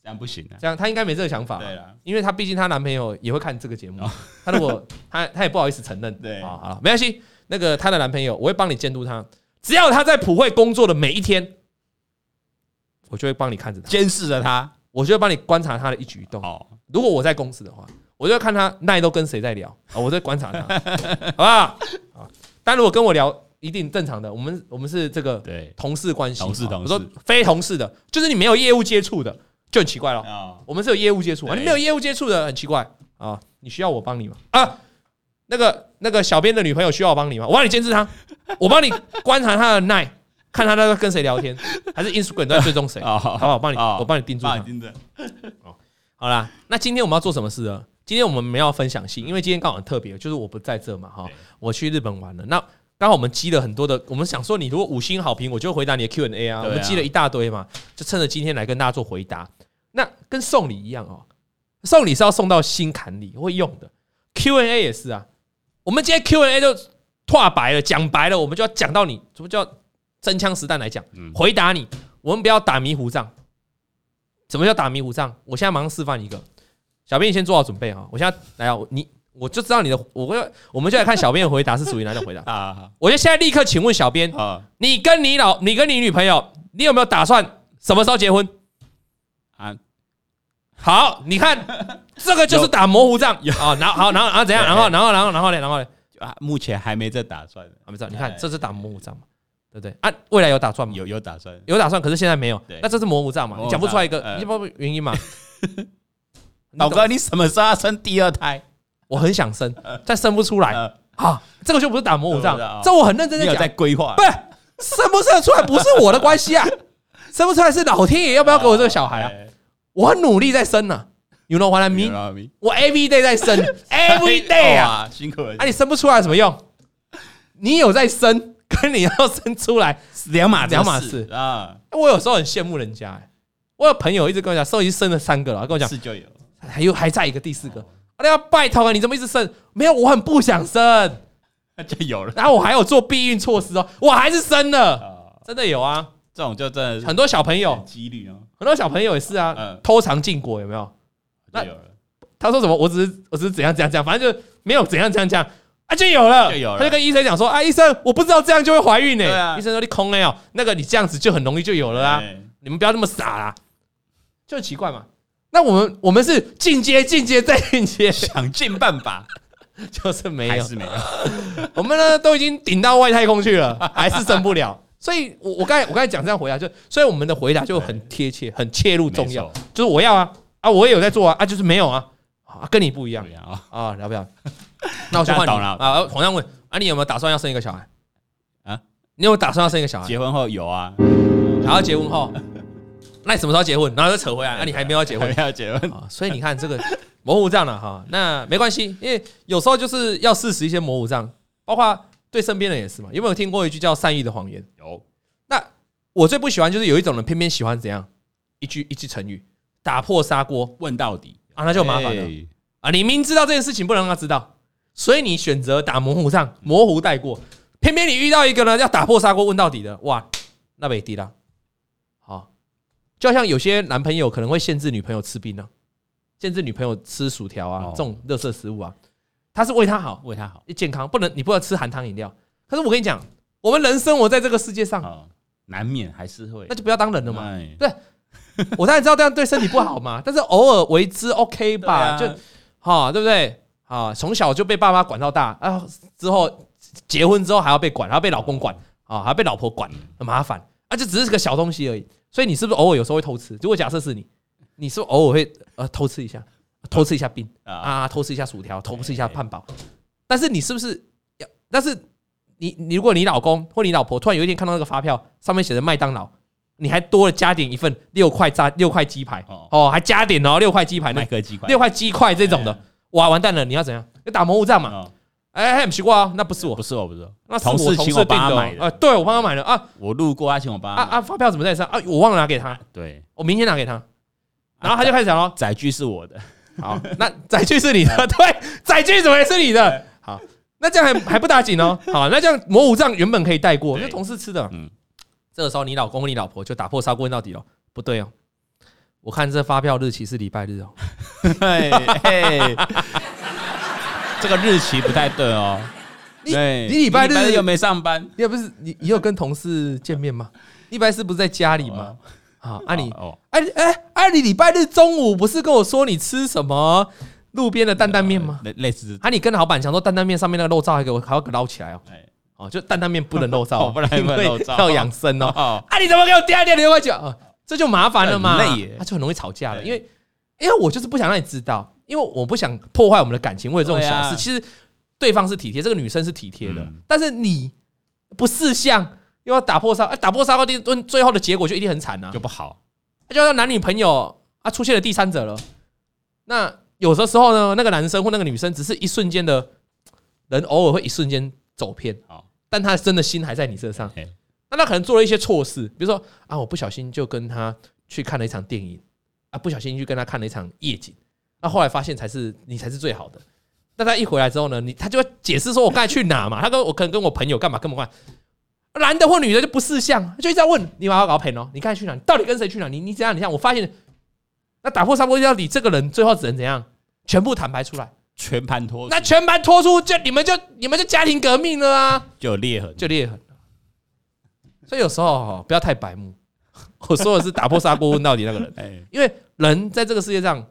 [SPEAKER 1] 这样不行啊。
[SPEAKER 3] 这样他应该没这个想法，
[SPEAKER 1] 对啦，
[SPEAKER 3] 因为她毕竟她男朋友也会看这个节目，她如果她她也不好意思承认，
[SPEAKER 1] 对
[SPEAKER 3] 啊，好了，没关系，那个她的男朋友我会帮你监督他，只要他在普惠工作的每一天，我就会帮你看着他，
[SPEAKER 1] 监视着他。
[SPEAKER 3] 我就会帮你观察他的一举一动。
[SPEAKER 1] 哦，
[SPEAKER 3] 如果我在公司的话，我就会看他奈都跟谁在聊啊，我在观察他， (laughs) 好不好？啊，但如果跟我聊，一定正常的，我们我们是这个
[SPEAKER 1] 对，
[SPEAKER 3] 同事关系，
[SPEAKER 1] 同事
[SPEAKER 3] 啊
[SPEAKER 1] 同
[SPEAKER 3] 我
[SPEAKER 1] 事
[SPEAKER 3] 说非同事的，就是你没有业务接触的，就很奇怪咯。
[SPEAKER 1] 哦，
[SPEAKER 3] 我们是有业务接触啊，
[SPEAKER 1] 对
[SPEAKER 3] 你没有业务接触的很奇怪啊。你需要我帮你吗？啊，那个那个小编的女朋友需要我帮你吗？我帮你监视她，我帮你观察她的耐，看她在跟谁聊天，还是 Instagram 在追踪谁？好
[SPEAKER 1] (laughs)
[SPEAKER 3] 不
[SPEAKER 1] 哦，
[SPEAKER 3] 好？我帮你，
[SPEAKER 1] 哦
[SPEAKER 3] 我帮你盯住
[SPEAKER 1] 爸
[SPEAKER 3] 她。
[SPEAKER 1] 盯着，
[SPEAKER 3] 好啦，那今天我们要做什么事呢？今天我们没有要分享信，因为今天刚好很特别，就是我不在这嘛哈
[SPEAKER 1] 对，
[SPEAKER 3] 我去日本玩了。那刚好我们积了很多的，我们想说你如果五星好评，我就回答你的 Q&A 啊，
[SPEAKER 1] 对啊
[SPEAKER 3] 我们积了一大堆嘛，就趁着今天来跟大家做回答。那跟送礼一样哦，送礼是要送到心坎里会用的，Q&A 也是啊。我们今天 Q&A 就话白了，讲白了，我们就要讲到你，什么叫真枪实弹来讲，
[SPEAKER 1] 嗯。
[SPEAKER 3] 回答你。我们不要打迷糊仗。什么叫打迷糊仗？我现在马上示范一个，小编你先做好准备啊！我现在来啊，你我就知道你的，我会我们就来看小编的回答是属于哪种回答
[SPEAKER 1] (laughs) 啊
[SPEAKER 3] 我就现在立刻请问小编，
[SPEAKER 1] 啊
[SPEAKER 3] 你跟你老，你跟你女朋友，你有没有打算什么时候结婚？
[SPEAKER 1] 啊！
[SPEAKER 3] 好，你看
[SPEAKER 1] (laughs)
[SPEAKER 3] 这个就是打模糊仗啊！然后好，然后然后怎样？
[SPEAKER 1] 对
[SPEAKER 3] 然后然后然后然后嘞，然后嘞，
[SPEAKER 1] 啊，目前还没这打算，
[SPEAKER 3] 啊，没事，你
[SPEAKER 1] 哎
[SPEAKER 3] 看这是打模糊仗嘛，对不对？啊，未来有打算吗？
[SPEAKER 1] 有有打算，
[SPEAKER 3] 有打算，可是现在没有
[SPEAKER 1] 对。
[SPEAKER 3] 那这是模糊账嘛？
[SPEAKER 1] 模糊
[SPEAKER 3] 你讲不出来一个
[SPEAKER 1] 账，呃
[SPEAKER 3] 你不知道原
[SPEAKER 1] (laughs)
[SPEAKER 3] 因嘛？你懂
[SPEAKER 1] 老哥，你什么时候要生第二胎？
[SPEAKER 3] 我很想生，但生不出来
[SPEAKER 1] 呃
[SPEAKER 3] 啊！这个就不是打模糊账
[SPEAKER 1] 对啊，
[SPEAKER 3] 这我很认真
[SPEAKER 1] 你
[SPEAKER 3] 的
[SPEAKER 1] 有
[SPEAKER 3] 讲
[SPEAKER 1] 在，规划？
[SPEAKER 3] 不是生不生得出来不是我的关系啊，生不出来是老天爷要不要给我这个小孩啊？
[SPEAKER 1] 哎
[SPEAKER 3] 我很努力在生呢，You know what I
[SPEAKER 1] 明
[SPEAKER 3] mean？
[SPEAKER 1] 白明
[SPEAKER 3] 我 every day 在
[SPEAKER 1] (laughs)
[SPEAKER 3] 生
[SPEAKER 1] 哦
[SPEAKER 3] ，every day 啊！
[SPEAKER 1] 哇，辛苦了
[SPEAKER 3] 啊，，你生不出来有什么用？你有在生，跟你要生出来
[SPEAKER 1] 两码子
[SPEAKER 3] 两码事
[SPEAKER 1] 啊，
[SPEAKER 3] 我有时候很羡慕人家、欸，我有朋友一直跟我讲，兽医生了三个了，跟我讲
[SPEAKER 1] 是就有，
[SPEAKER 3] 还有还在一个第四个，啊，那要拜托啊，你怎么一直生？没有，我很不想生，
[SPEAKER 1] (laughs) 就有了
[SPEAKER 3] 然后我还有做避孕措施哦，我还是生了，
[SPEAKER 1] 啊，
[SPEAKER 3] 真的有啊，
[SPEAKER 1] 这种就真的是
[SPEAKER 3] 很多小朋友
[SPEAKER 1] 很，几率哦，
[SPEAKER 3] 很多小朋友也是啊
[SPEAKER 1] 嗯，
[SPEAKER 3] 偷尝禁果有没有？那
[SPEAKER 1] 就有了，
[SPEAKER 3] 他说什么？我只是我只是怎样怎样怎样，反正就没有怎样怎样怎样。啊，就有了，
[SPEAKER 1] 就有了
[SPEAKER 3] 他就跟医生讲说：“啊，医生，我不知道这样就会怀孕呢、
[SPEAKER 1] 对啊
[SPEAKER 3] 医生说：“你空了哦，那个你这样子就很容易就有了啊。
[SPEAKER 1] 哎
[SPEAKER 3] 你们不要那么傻啦，就很奇怪嘛。那我们我们是进阶、进阶再进阶， (laughs)
[SPEAKER 1] 想尽办法，
[SPEAKER 3] 就是没
[SPEAKER 1] 还
[SPEAKER 3] 有。
[SPEAKER 1] 是 (laughs) 没有，
[SPEAKER 3] 我们呢都已经顶到外太空去了， (laughs) 还是生不了。所以我，我刚才我刚才讲这样回答，就所以我们的回答就很贴切、很切入重要
[SPEAKER 1] 没，
[SPEAKER 3] 就是我要啊啊，我也有在做啊啊，就是没有啊啊，跟你不一
[SPEAKER 1] 错，
[SPEAKER 3] 样
[SPEAKER 1] 不一样啊
[SPEAKER 3] 啊，聊不聊？那我先换你
[SPEAKER 1] 这样懂了
[SPEAKER 3] 啊，同样问啊，你有没有打算要生一个小孩啊
[SPEAKER 1] 啊？
[SPEAKER 3] 你有没有打算要生一个小孩？
[SPEAKER 1] 结婚后有啊，
[SPEAKER 3] 然后结婚后，那你什么时候要结婚？然后就扯回来，那你还没有要结婚
[SPEAKER 1] 还？没有结婚，
[SPEAKER 3] (laughs) 啊，所以你看这个模糊账了哈，那没关系，因为有时候就是要适时一些模糊账，包括对身边人也是嘛。有没有听过一句叫善意的谎言？
[SPEAKER 1] 有
[SPEAKER 3] 我最不喜欢就是有一种人偏偏喜欢怎样一句一句成语打破砂锅
[SPEAKER 1] 问到底，
[SPEAKER 3] 啊，那就麻烦了
[SPEAKER 1] 哎
[SPEAKER 3] 啊！你明知道这件事情不能让他知道，所以你选择打模糊账，模糊带过，偏偏你遇到一个呢要打破砂锅问到底的，哇，那没敌啦。好，就好像有些男朋友可能会限制女朋友吃冰啊，限制女朋友吃薯条啊、
[SPEAKER 1] 哦
[SPEAKER 3] 这种热色食物啊，他是为她好，
[SPEAKER 1] 为他好，
[SPEAKER 3] 健康，不能你不能吃含糖饮料。可是我跟你讲，我们人生活在这个世界上，
[SPEAKER 1] 啊，难免还是会
[SPEAKER 3] 那，就不要当人了嘛。
[SPEAKER 1] 哎
[SPEAKER 3] 我当然知道这样对身体不好嘛，但是偶尔为之 OK 吧，
[SPEAKER 1] 对
[SPEAKER 3] 就
[SPEAKER 1] 啊
[SPEAKER 3] 哈、对不对？啊，从小就被爸妈管到大啊，之后结婚之后还要被管，还要被老公管啊，还要被老婆管，很麻烦啊，就只是个小东西而已。所以你是不是偶尔有时候会偷吃？如果假设是你，你是不是偶尔会呃偷吃一下，偷吃一下冰
[SPEAKER 1] 啊，
[SPEAKER 3] 啊，偷吃一下薯条，偷吃一下汉堡？但是你是不是要？但是你你如果你老公或你老婆突然有一天看到那个发票上面写着麦当劳，你还多了加点一份六块炸六块鸡排
[SPEAKER 1] 哦
[SPEAKER 3] 哦，还加点哦六块鸡排那
[SPEAKER 1] 麦克鸡块
[SPEAKER 3] 六块鸡块这种的，哇，完蛋了！你要怎样？要打模糊仗嘛？
[SPEAKER 1] 哎哦
[SPEAKER 3] 哎，很奇怪哦，那不是我
[SPEAKER 1] 不，是我不是我，
[SPEAKER 3] 那是
[SPEAKER 1] 同
[SPEAKER 3] 我
[SPEAKER 1] 事
[SPEAKER 3] 同
[SPEAKER 1] 请
[SPEAKER 3] 事
[SPEAKER 1] 我
[SPEAKER 3] 订
[SPEAKER 1] 帮他
[SPEAKER 3] 的
[SPEAKER 1] 买
[SPEAKER 3] 哦。呃，
[SPEAKER 1] 的，
[SPEAKER 3] 对我帮他买的啊
[SPEAKER 1] 我路过他请我帮
[SPEAKER 3] 啊
[SPEAKER 1] 他买
[SPEAKER 3] 啊！发票怎么在上啊？我忘了拿给他，
[SPEAKER 1] 对，
[SPEAKER 3] 我明天拿给他。
[SPEAKER 1] 啊
[SPEAKER 3] 然后他就开始讲喽，
[SPEAKER 1] 载具是我的，
[SPEAKER 3] 好，那载具是你
[SPEAKER 1] 啊
[SPEAKER 3] 的，对，载具怎么也是你的？好，那这样还还不打紧哦。好，那这样模糊账原本可以带过，
[SPEAKER 1] 对
[SPEAKER 3] 就同事吃的。嗯
[SPEAKER 1] 嗯，
[SPEAKER 3] 这个时候你老公或你老婆就打破砂锅问到底了，不对哦。我看这发票日期是礼拜日哦，
[SPEAKER 1] (laughs) 嘿嘿，这个日期不太对哦。
[SPEAKER 3] 你
[SPEAKER 1] 对
[SPEAKER 3] 你礼拜日
[SPEAKER 1] 你又没上班，
[SPEAKER 3] 你也不是你，你有跟同事见面
[SPEAKER 1] (laughs)
[SPEAKER 3] 吗？礼拜四不是在家里吗？啊，啊你，
[SPEAKER 1] 哦，
[SPEAKER 3] 哎哎哎，你礼拜日中午不是跟我说你吃什么路边的担担面吗？
[SPEAKER 1] 呃类类似
[SPEAKER 3] 啊，你跟老板讲说担担面上面那个肉燥还给我还要给捞起来哦，
[SPEAKER 1] 哎
[SPEAKER 3] 哦，就担担面不能
[SPEAKER 1] (laughs)
[SPEAKER 3] 肉燥哦，
[SPEAKER 1] 哦不然不能肉燥
[SPEAKER 3] 因为要养生哦。
[SPEAKER 1] (laughs) 哦，
[SPEAKER 3] 啊，你怎么给我第二天六块九？啊这就麻烦了嘛，
[SPEAKER 1] 很累耶
[SPEAKER 3] 他就很容易吵架了，
[SPEAKER 1] 对
[SPEAKER 3] 因为因为我就是不想让你知道，因为我不想破坏我们的感情，为了这种小
[SPEAKER 1] 对啊
[SPEAKER 3] 事，其实对方是体贴，这个女生是体贴的
[SPEAKER 1] 嗯，
[SPEAKER 3] 但是你不识相，又要打破砂，啊打破砂锅定论，最后的结果就一定很惨啊
[SPEAKER 1] 就，不好，
[SPEAKER 3] 那就让男女朋友啊出现了第三者了。那有的时候呢，那个男生或那个女生只是一瞬间的，人偶尔会一瞬间走偏
[SPEAKER 1] 好，
[SPEAKER 3] 但他真的心还在你身上
[SPEAKER 1] 嘿。
[SPEAKER 3] 那他可能做了一些错事，比如说啊，我不小心就跟他去看了一场电影，啊，不小心去跟他看了一场夜景，那、后来发现才是你才是最好的。那他一回来之后呢，你他就会解释说我刚才去哪嘛，他跟我可能跟我朋友干嘛干嘛干嘛，男的或女的就不识相，就一直在问你要不要搞朋哦，你刚才去哪？你到底跟谁去哪？你你怎样？你像我发现，那打破砂锅问到底这个人最后只能怎样？全部坦白出来，
[SPEAKER 1] 全盘托出
[SPEAKER 3] 那全盘托出，就你们就你们就家庭革命了啊！
[SPEAKER 1] 就有裂痕，
[SPEAKER 3] 就裂痕了。所以有时候哦，不要太白目。我说的是打破砂锅问到底那个
[SPEAKER 1] (laughs)
[SPEAKER 3] 人，
[SPEAKER 1] 哎，
[SPEAKER 3] 因为人在这个世界上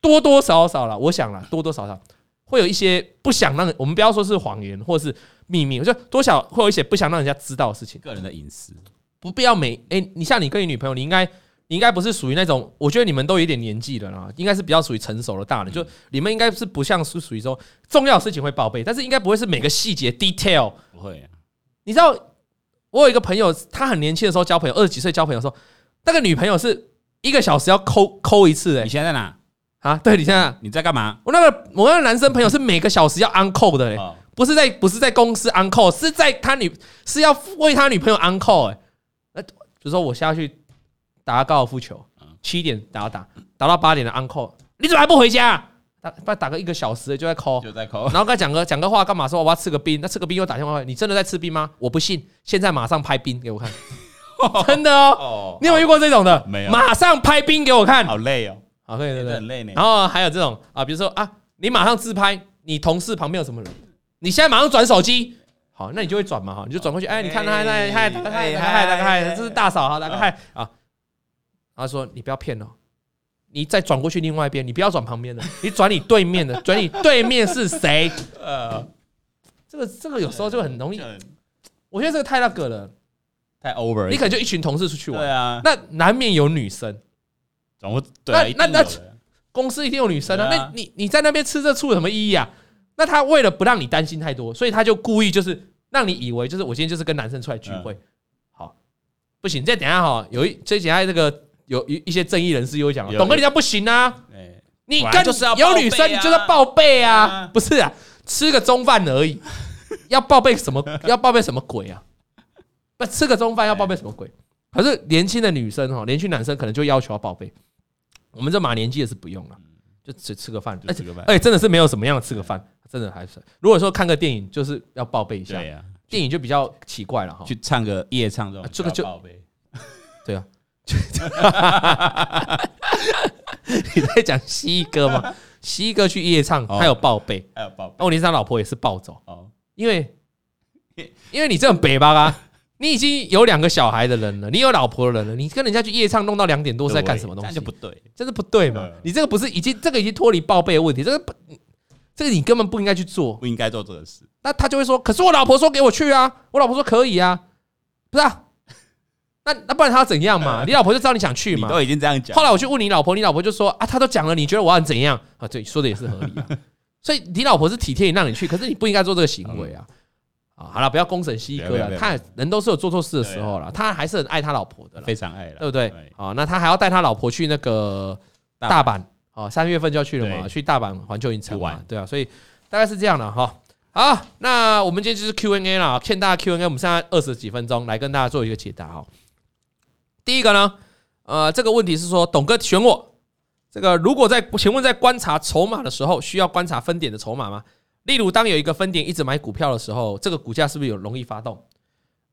[SPEAKER 3] 多多少少啦，我想啦，多多少少会有一些不想让我们不要说是谎言或是秘密，我就多少会有一些不想让人家知道的事情。
[SPEAKER 1] 个人的隐私，
[SPEAKER 3] 不必要每哎、你像你跟你女朋友，你应该你应该不是属于那种，我觉得你们都有点年纪了啦，应该是比较属于成熟的大人，就你们应该是不像是属于说重要的事情会报备，但是应该不会是每个细节 detail。
[SPEAKER 1] 不会啊，
[SPEAKER 3] 你知道，我有一个朋友，他很年轻的时候交朋友，二十几岁交朋友的时候，那个女朋友是一个小时要抠抠一次、
[SPEAKER 1] 你
[SPEAKER 3] 欸，
[SPEAKER 1] 现在在哪？
[SPEAKER 3] 哎啊，对你现在。
[SPEAKER 1] 你在干嘛？
[SPEAKER 3] 我那个我那个男生朋友是每个小时要 on call 的、欸，
[SPEAKER 1] 哦，
[SPEAKER 3] 不是在不是在公司 on call，是在他女是要为他女朋友 on call 哎、那比如说我下去打高尔夫球，
[SPEAKER 1] 嗯
[SPEAKER 3] 七点打打打到八点的 on call，你怎么还不回家？打打打个一个小时就在 call，
[SPEAKER 1] 就在抠，
[SPEAKER 3] 然后跟他讲个讲个话干嘛？说我要吃个冰，那吃个冰又打电话，你真的在吃冰吗？我不信，现在马上拍冰给
[SPEAKER 1] (laughs)
[SPEAKER 3] 我看，真的哦。
[SPEAKER 1] (laughs) 哦
[SPEAKER 3] 你有没有遇过这种的？
[SPEAKER 1] 没有
[SPEAKER 3] 马上拍冰给我看。
[SPEAKER 1] 好累哦，
[SPEAKER 3] 好，可以，对
[SPEAKER 1] 真
[SPEAKER 3] 对
[SPEAKER 1] 的
[SPEAKER 3] 对
[SPEAKER 1] 很。累呢。
[SPEAKER 3] 然后还有这种啊，比如说啊，你马上自拍，你同事旁边有什么人，你现在马上转手机，好，那你就会转嘛哈，你就转过去，哎，你看他，嗨嗨，大哥嗨，大哥嗨，大哥嗨，这是大嫂哈，大哥嗨啊，他说你不要骗哦。你再转过去另外一边，你不要转旁边的，你转你对面的，转你对面是谁？
[SPEAKER 1] 呃，
[SPEAKER 3] 这个这个有时候就很容易
[SPEAKER 1] 就，很
[SPEAKER 3] 我觉得这个太那个了。
[SPEAKER 1] 太 over，了
[SPEAKER 3] 你可能就一群同事出去
[SPEAKER 1] 对
[SPEAKER 3] 玩，
[SPEAKER 1] 啊，
[SPEAKER 3] 那难免有女生，
[SPEAKER 1] 总会对啊，
[SPEAKER 3] 那
[SPEAKER 1] 一定有
[SPEAKER 3] 那
[SPEAKER 1] 的
[SPEAKER 3] 公司一定有女生啊。
[SPEAKER 1] 对啊
[SPEAKER 3] 那你你在那边吃这醋有什么意义啊？那他为了不让你担心太多，所以他就故意就是让你以为就是我今天就是跟男生出来聚会。
[SPEAKER 1] 嗯
[SPEAKER 3] 好，不行，这等一下哈，有一这等一下这个有一一些正义人士又会讲了，
[SPEAKER 1] 有
[SPEAKER 3] 董哥你这样不行啊，
[SPEAKER 1] 哎，
[SPEAKER 3] 你
[SPEAKER 1] 本
[SPEAKER 3] 跟
[SPEAKER 1] 来就是要报
[SPEAKER 3] 有
[SPEAKER 1] 备啊
[SPEAKER 3] 女生你就要报备
[SPEAKER 1] 对
[SPEAKER 3] 啊
[SPEAKER 1] 啊，
[SPEAKER 3] 不是啊，吃个中饭而
[SPEAKER 1] (laughs)
[SPEAKER 3] 已，要报备什么？要报备什么鬼啊？不吃个中饭要报备什么鬼？可是年轻的女生哈，年轻男生可能就要求要报备，我们这马年纪也是不用了，啊就只吃个饭，
[SPEAKER 1] 嗯就
[SPEAKER 3] 而且
[SPEAKER 1] 吃个饭
[SPEAKER 3] 哎、真的是没有什么样的吃个饭，真的还是如果说看个电影，就是要报备一下
[SPEAKER 1] 对，呀，
[SPEAKER 3] 电影就比较奇怪了哈。
[SPEAKER 1] 去唱个夜唱这种
[SPEAKER 3] 啊，这个就
[SPEAKER 1] 不要报备
[SPEAKER 3] 对啊， (laughs) 你在讲西哥吗？西哥去夜唱，
[SPEAKER 1] 哦
[SPEAKER 3] 他有报备，
[SPEAKER 1] 还有报备
[SPEAKER 3] 那我连他老婆也是暴走，
[SPEAKER 1] 哦，
[SPEAKER 3] 因为因为你这种北
[SPEAKER 1] (laughs)
[SPEAKER 3] 巴啊，你已经有两个小孩的人了，你有老婆的人了，你跟人家去夜唱弄到两点多是在干什么东
[SPEAKER 1] 对这样
[SPEAKER 3] 西
[SPEAKER 1] 就？不对，
[SPEAKER 3] 真的不对嘛
[SPEAKER 1] 嗯？
[SPEAKER 3] 你这个不是已经这个已经脱离报备的问题，这个不这个你根本不应该去做。
[SPEAKER 1] 不应该做这个事，
[SPEAKER 3] 那他就会说：“可是我老婆说给我去啊，我老婆说可以啊，不是啊？那那不然他要怎样嘛？你老婆就知道你想去
[SPEAKER 1] 你
[SPEAKER 3] 嘛。
[SPEAKER 1] 都已经这样讲
[SPEAKER 3] 后，来我去问你老婆，你老婆就说啊，她都讲了，你觉得我要怎样啊？对，说的也是合 (laughs) 理啊。所以你老婆是体贴你让你去，可是你不应该做这个行为啊。啊，好了，不要公审西哥
[SPEAKER 1] 不要
[SPEAKER 3] 了
[SPEAKER 1] 不，要
[SPEAKER 3] 他人都是有做错事的时候了，他还是很爱他老婆的啦，
[SPEAKER 1] 非常爱了，
[SPEAKER 3] 对不啊对？啊，那他还要带他老婆去那个大
[SPEAKER 1] 大
[SPEAKER 3] 阪哦，三月份就要去了嘛，
[SPEAKER 1] 对
[SPEAKER 3] 去大阪环球影城
[SPEAKER 1] 去
[SPEAKER 3] 嘛
[SPEAKER 1] 玩，
[SPEAKER 3] 对啊，所以大概是这样的哈。好，那我们今天就是 Q&A 啦，欠大家 Q&A，我们剩下二十几分钟来跟大家做一个解答哈。第一个呢，呃，这个问题是说，董哥选我，这个如果在请问在观察筹码的时候，需要观察分点的筹码吗？例如，当有一个分点一直买股票的时候，这个股价是不是有容易发动？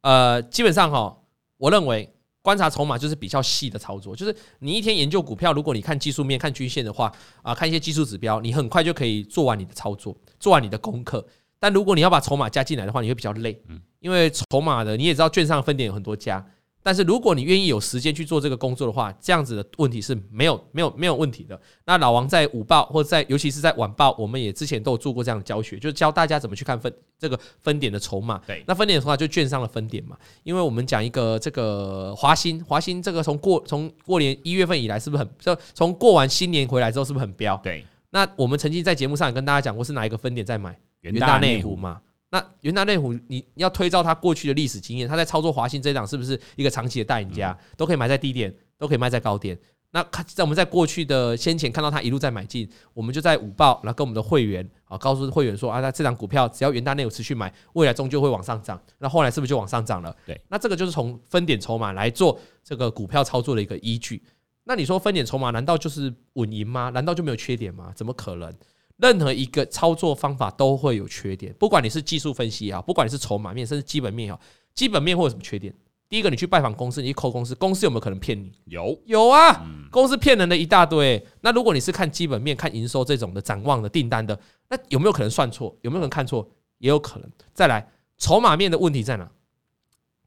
[SPEAKER 3] 呃，基本上哈，我认为观察筹码就是比较细的操作，就是你一天研究股票，如果你看技术面、看均线的话，啊、看一些技术指标，你很快就可以做完你的操作，做完你的功课。但如果你要把筹码加进来的话，你会比较累，因为筹码的你也知道，券商的分点有很多家。但是如果你愿意有时间去做这个工作的话，这样子的问题是没有没有没有问题的。那老王在午报或者在尤其是在晚报，我们也之前都有做过这样的教学，就是教大家怎么去看分这个分点的筹码。
[SPEAKER 1] 对
[SPEAKER 3] 那分点的话就券商的分点嘛，因为我们讲一个这个华兴，华兴这个从过从过年一月份以来是不是很就从过完新年回来之后是不是很飙？
[SPEAKER 1] 对，
[SPEAKER 3] 那我们曾经在节目上也跟大家讲过是哪一个分点在买
[SPEAKER 1] 元大
[SPEAKER 3] 内
[SPEAKER 1] 内
[SPEAKER 3] 湖
[SPEAKER 1] 湖
[SPEAKER 3] 嘛？那元大内湖你要推照他过去的历史经验，他在操作华兴这一档是不是一个长期的带领家，
[SPEAKER 1] 嗯
[SPEAKER 3] 都可以买在低点，都可以卖在高点。那看在我们在过去的先前看到他一路在买进，我们就在五报，然后跟我们的会员啊，告诉会员说啊，那这档股票只要元大内有持续买，未来终究会往上涨。那后来是不是就往上涨了？
[SPEAKER 1] 对，
[SPEAKER 3] 那这个就是从分点筹码来做这个股票操作的一个依据。那你说分点筹码难道就是稳赢吗？难道就没有缺点吗？怎么可能？任何一个操作方法都会有缺点，不管你是技术分析也好，不管你是筹码面，甚至基本面也好，基本面会有什么缺点？第一个，你去拜访公司，你去扣公司，公司有没有可能骗你？
[SPEAKER 1] 有，
[SPEAKER 3] 有啊，
[SPEAKER 1] 嗯
[SPEAKER 3] 公司骗人的一大堆。那如果你是看基本面、看营收这种的展望的订单的，那有没有可能算错？有没有可能看错？也有可能。再来，筹码面的问题在哪？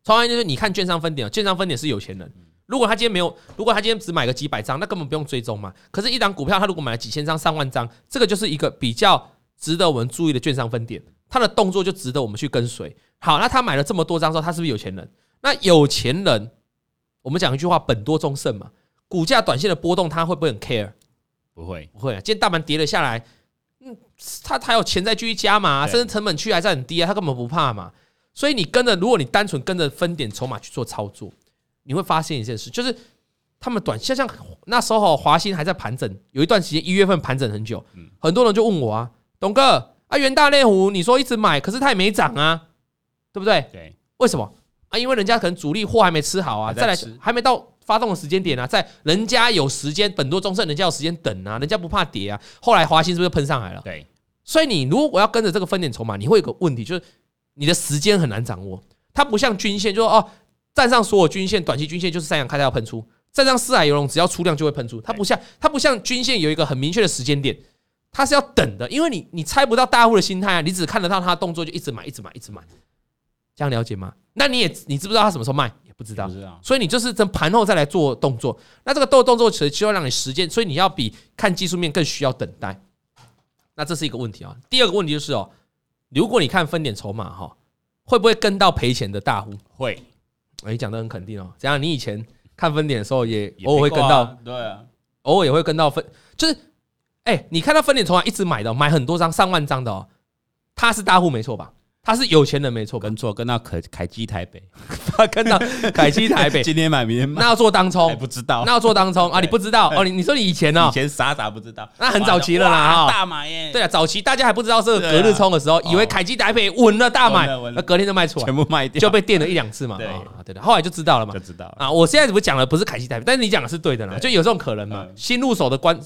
[SPEAKER 3] 筹码面就是你看券商分点，哦券商分点是有钱人。如果他今天没有，如果他今天只买个几百张，那根本不用追踪嘛。可是，一档股票他如果买了几千张、上万张，这个就是一个比较值得我们注意的券商分点，他的动作就值得我们去跟随。好，那他买了这么多张之后，他是不是有钱人？那有钱人，我们讲一句话，本多终胜嘛。股价短线的波动，他会不会很 care？
[SPEAKER 1] 不会，
[SPEAKER 3] 不会、啊，今天大盘跌了下来，嗯，他还有钱再继续加嘛，
[SPEAKER 1] 对
[SPEAKER 3] 甚至成本区还在很低啊，他根本不怕嘛。所以你跟着，如果你单纯跟着分点筹码去做操作，你会发现一件事，就是他们短像像那时候华兴还在盘整，有一段时间一月份盘整很久，很多人就问我啊，董哥啊，元大内湖你说一直买，可是它也没涨啊，对不对？
[SPEAKER 1] 对，
[SPEAKER 3] 为什么啊？因为人家可能主力货还没吃好啊，
[SPEAKER 1] 还在
[SPEAKER 3] 再来
[SPEAKER 1] 吃
[SPEAKER 3] 还没到发动的时间点啊，在人家有时间，本多中盛人家有时间等啊，人家不怕跌啊。后来华兴是不是喷上来了？
[SPEAKER 1] 对，
[SPEAKER 3] 所以你如果要跟着这个分点筹码，你会有个问题，就是你的时间很难掌握。它不像均线，就是哦，站上所有均线，短期均线就是三阳开泰要喷出，站上四海游龙只要出量就会喷出。它不像它不像均线有一个很明确的时间点，它是要等的，因为你你猜不到大户的心态啊，你只看得到他的动作就一直买，一直买，一直买。这样了解吗？那你也你知不知道他什么时候卖？也不知道
[SPEAKER 1] 不。知道，
[SPEAKER 3] 所以你就是等盘后再来做动作。那这个动动作其实就要让你时间，所以你要比看技术面更需要等待。那这是一个问题啊。第二个问题就是哦，如果你看分点筹码哈，会不会跟到赔钱的大户？
[SPEAKER 1] 会，
[SPEAKER 3] 哎，讲的很肯定哦。怎样？你以前看分点的时候也
[SPEAKER 1] 也
[SPEAKER 3] 偶尔会
[SPEAKER 1] 没
[SPEAKER 3] 跟
[SPEAKER 1] 过啊
[SPEAKER 3] 到，，
[SPEAKER 1] 对啊，
[SPEAKER 3] 偶尔也会跟到分，就是哎、你看到分点筹码一直买的哦，买很多张上万张的哦，他是大户没错吧？他是有钱人没错吧？
[SPEAKER 1] 跟错，跟到凯凯基台北，
[SPEAKER 3] 他 (laughs) 跟
[SPEAKER 1] (laughs)
[SPEAKER 3] 到凯基台北，
[SPEAKER 1] 今天买明天卖，
[SPEAKER 3] 那要做当
[SPEAKER 1] 还
[SPEAKER 3] 冲，
[SPEAKER 1] 不知道，
[SPEAKER 3] 那要做当冲啊？你不
[SPEAKER 1] (laughs)
[SPEAKER 3] 知道哦？你你说你以前哦
[SPEAKER 1] 以，前傻傻不知道，
[SPEAKER 3] 那很早期了啦
[SPEAKER 1] 哇
[SPEAKER 3] 哈
[SPEAKER 1] 大买耶，
[SPEAKER 3] 对，啊，早期大家还不知道这个
[SPEAKER 1] 对啊
[SPEAKER 3] 隔日冲的时候，以为
[SPEAKER 1] 哦
[SPEAKER 3] 凯基台北稳了大
[SPEAKER 1] 稳
[SPEAKER 3] 买
[SPEAKER 1] 了稳，了
[SPEAKER 3] 那隔天就卖出来
[SPEAKER 1] 全，部卖掉
[SPEAKER 3] 就被电了一两次嘛。
[SPEAKER 1] 对
[SPEAKER 3] 啊，对的，后来就知道了嘛
[SPEAKER 1] 就。知道了，
[SPEAKER 3] 啊，我现在怎么讲的不是凯基台北，但是你讲的是对的啦，
[SPEAKER 1] 对
[SPEAKER 3] 就有这种可能嘛。
[SPEAKER 1] 嗯
[SPEAKER 3] 新入手的关，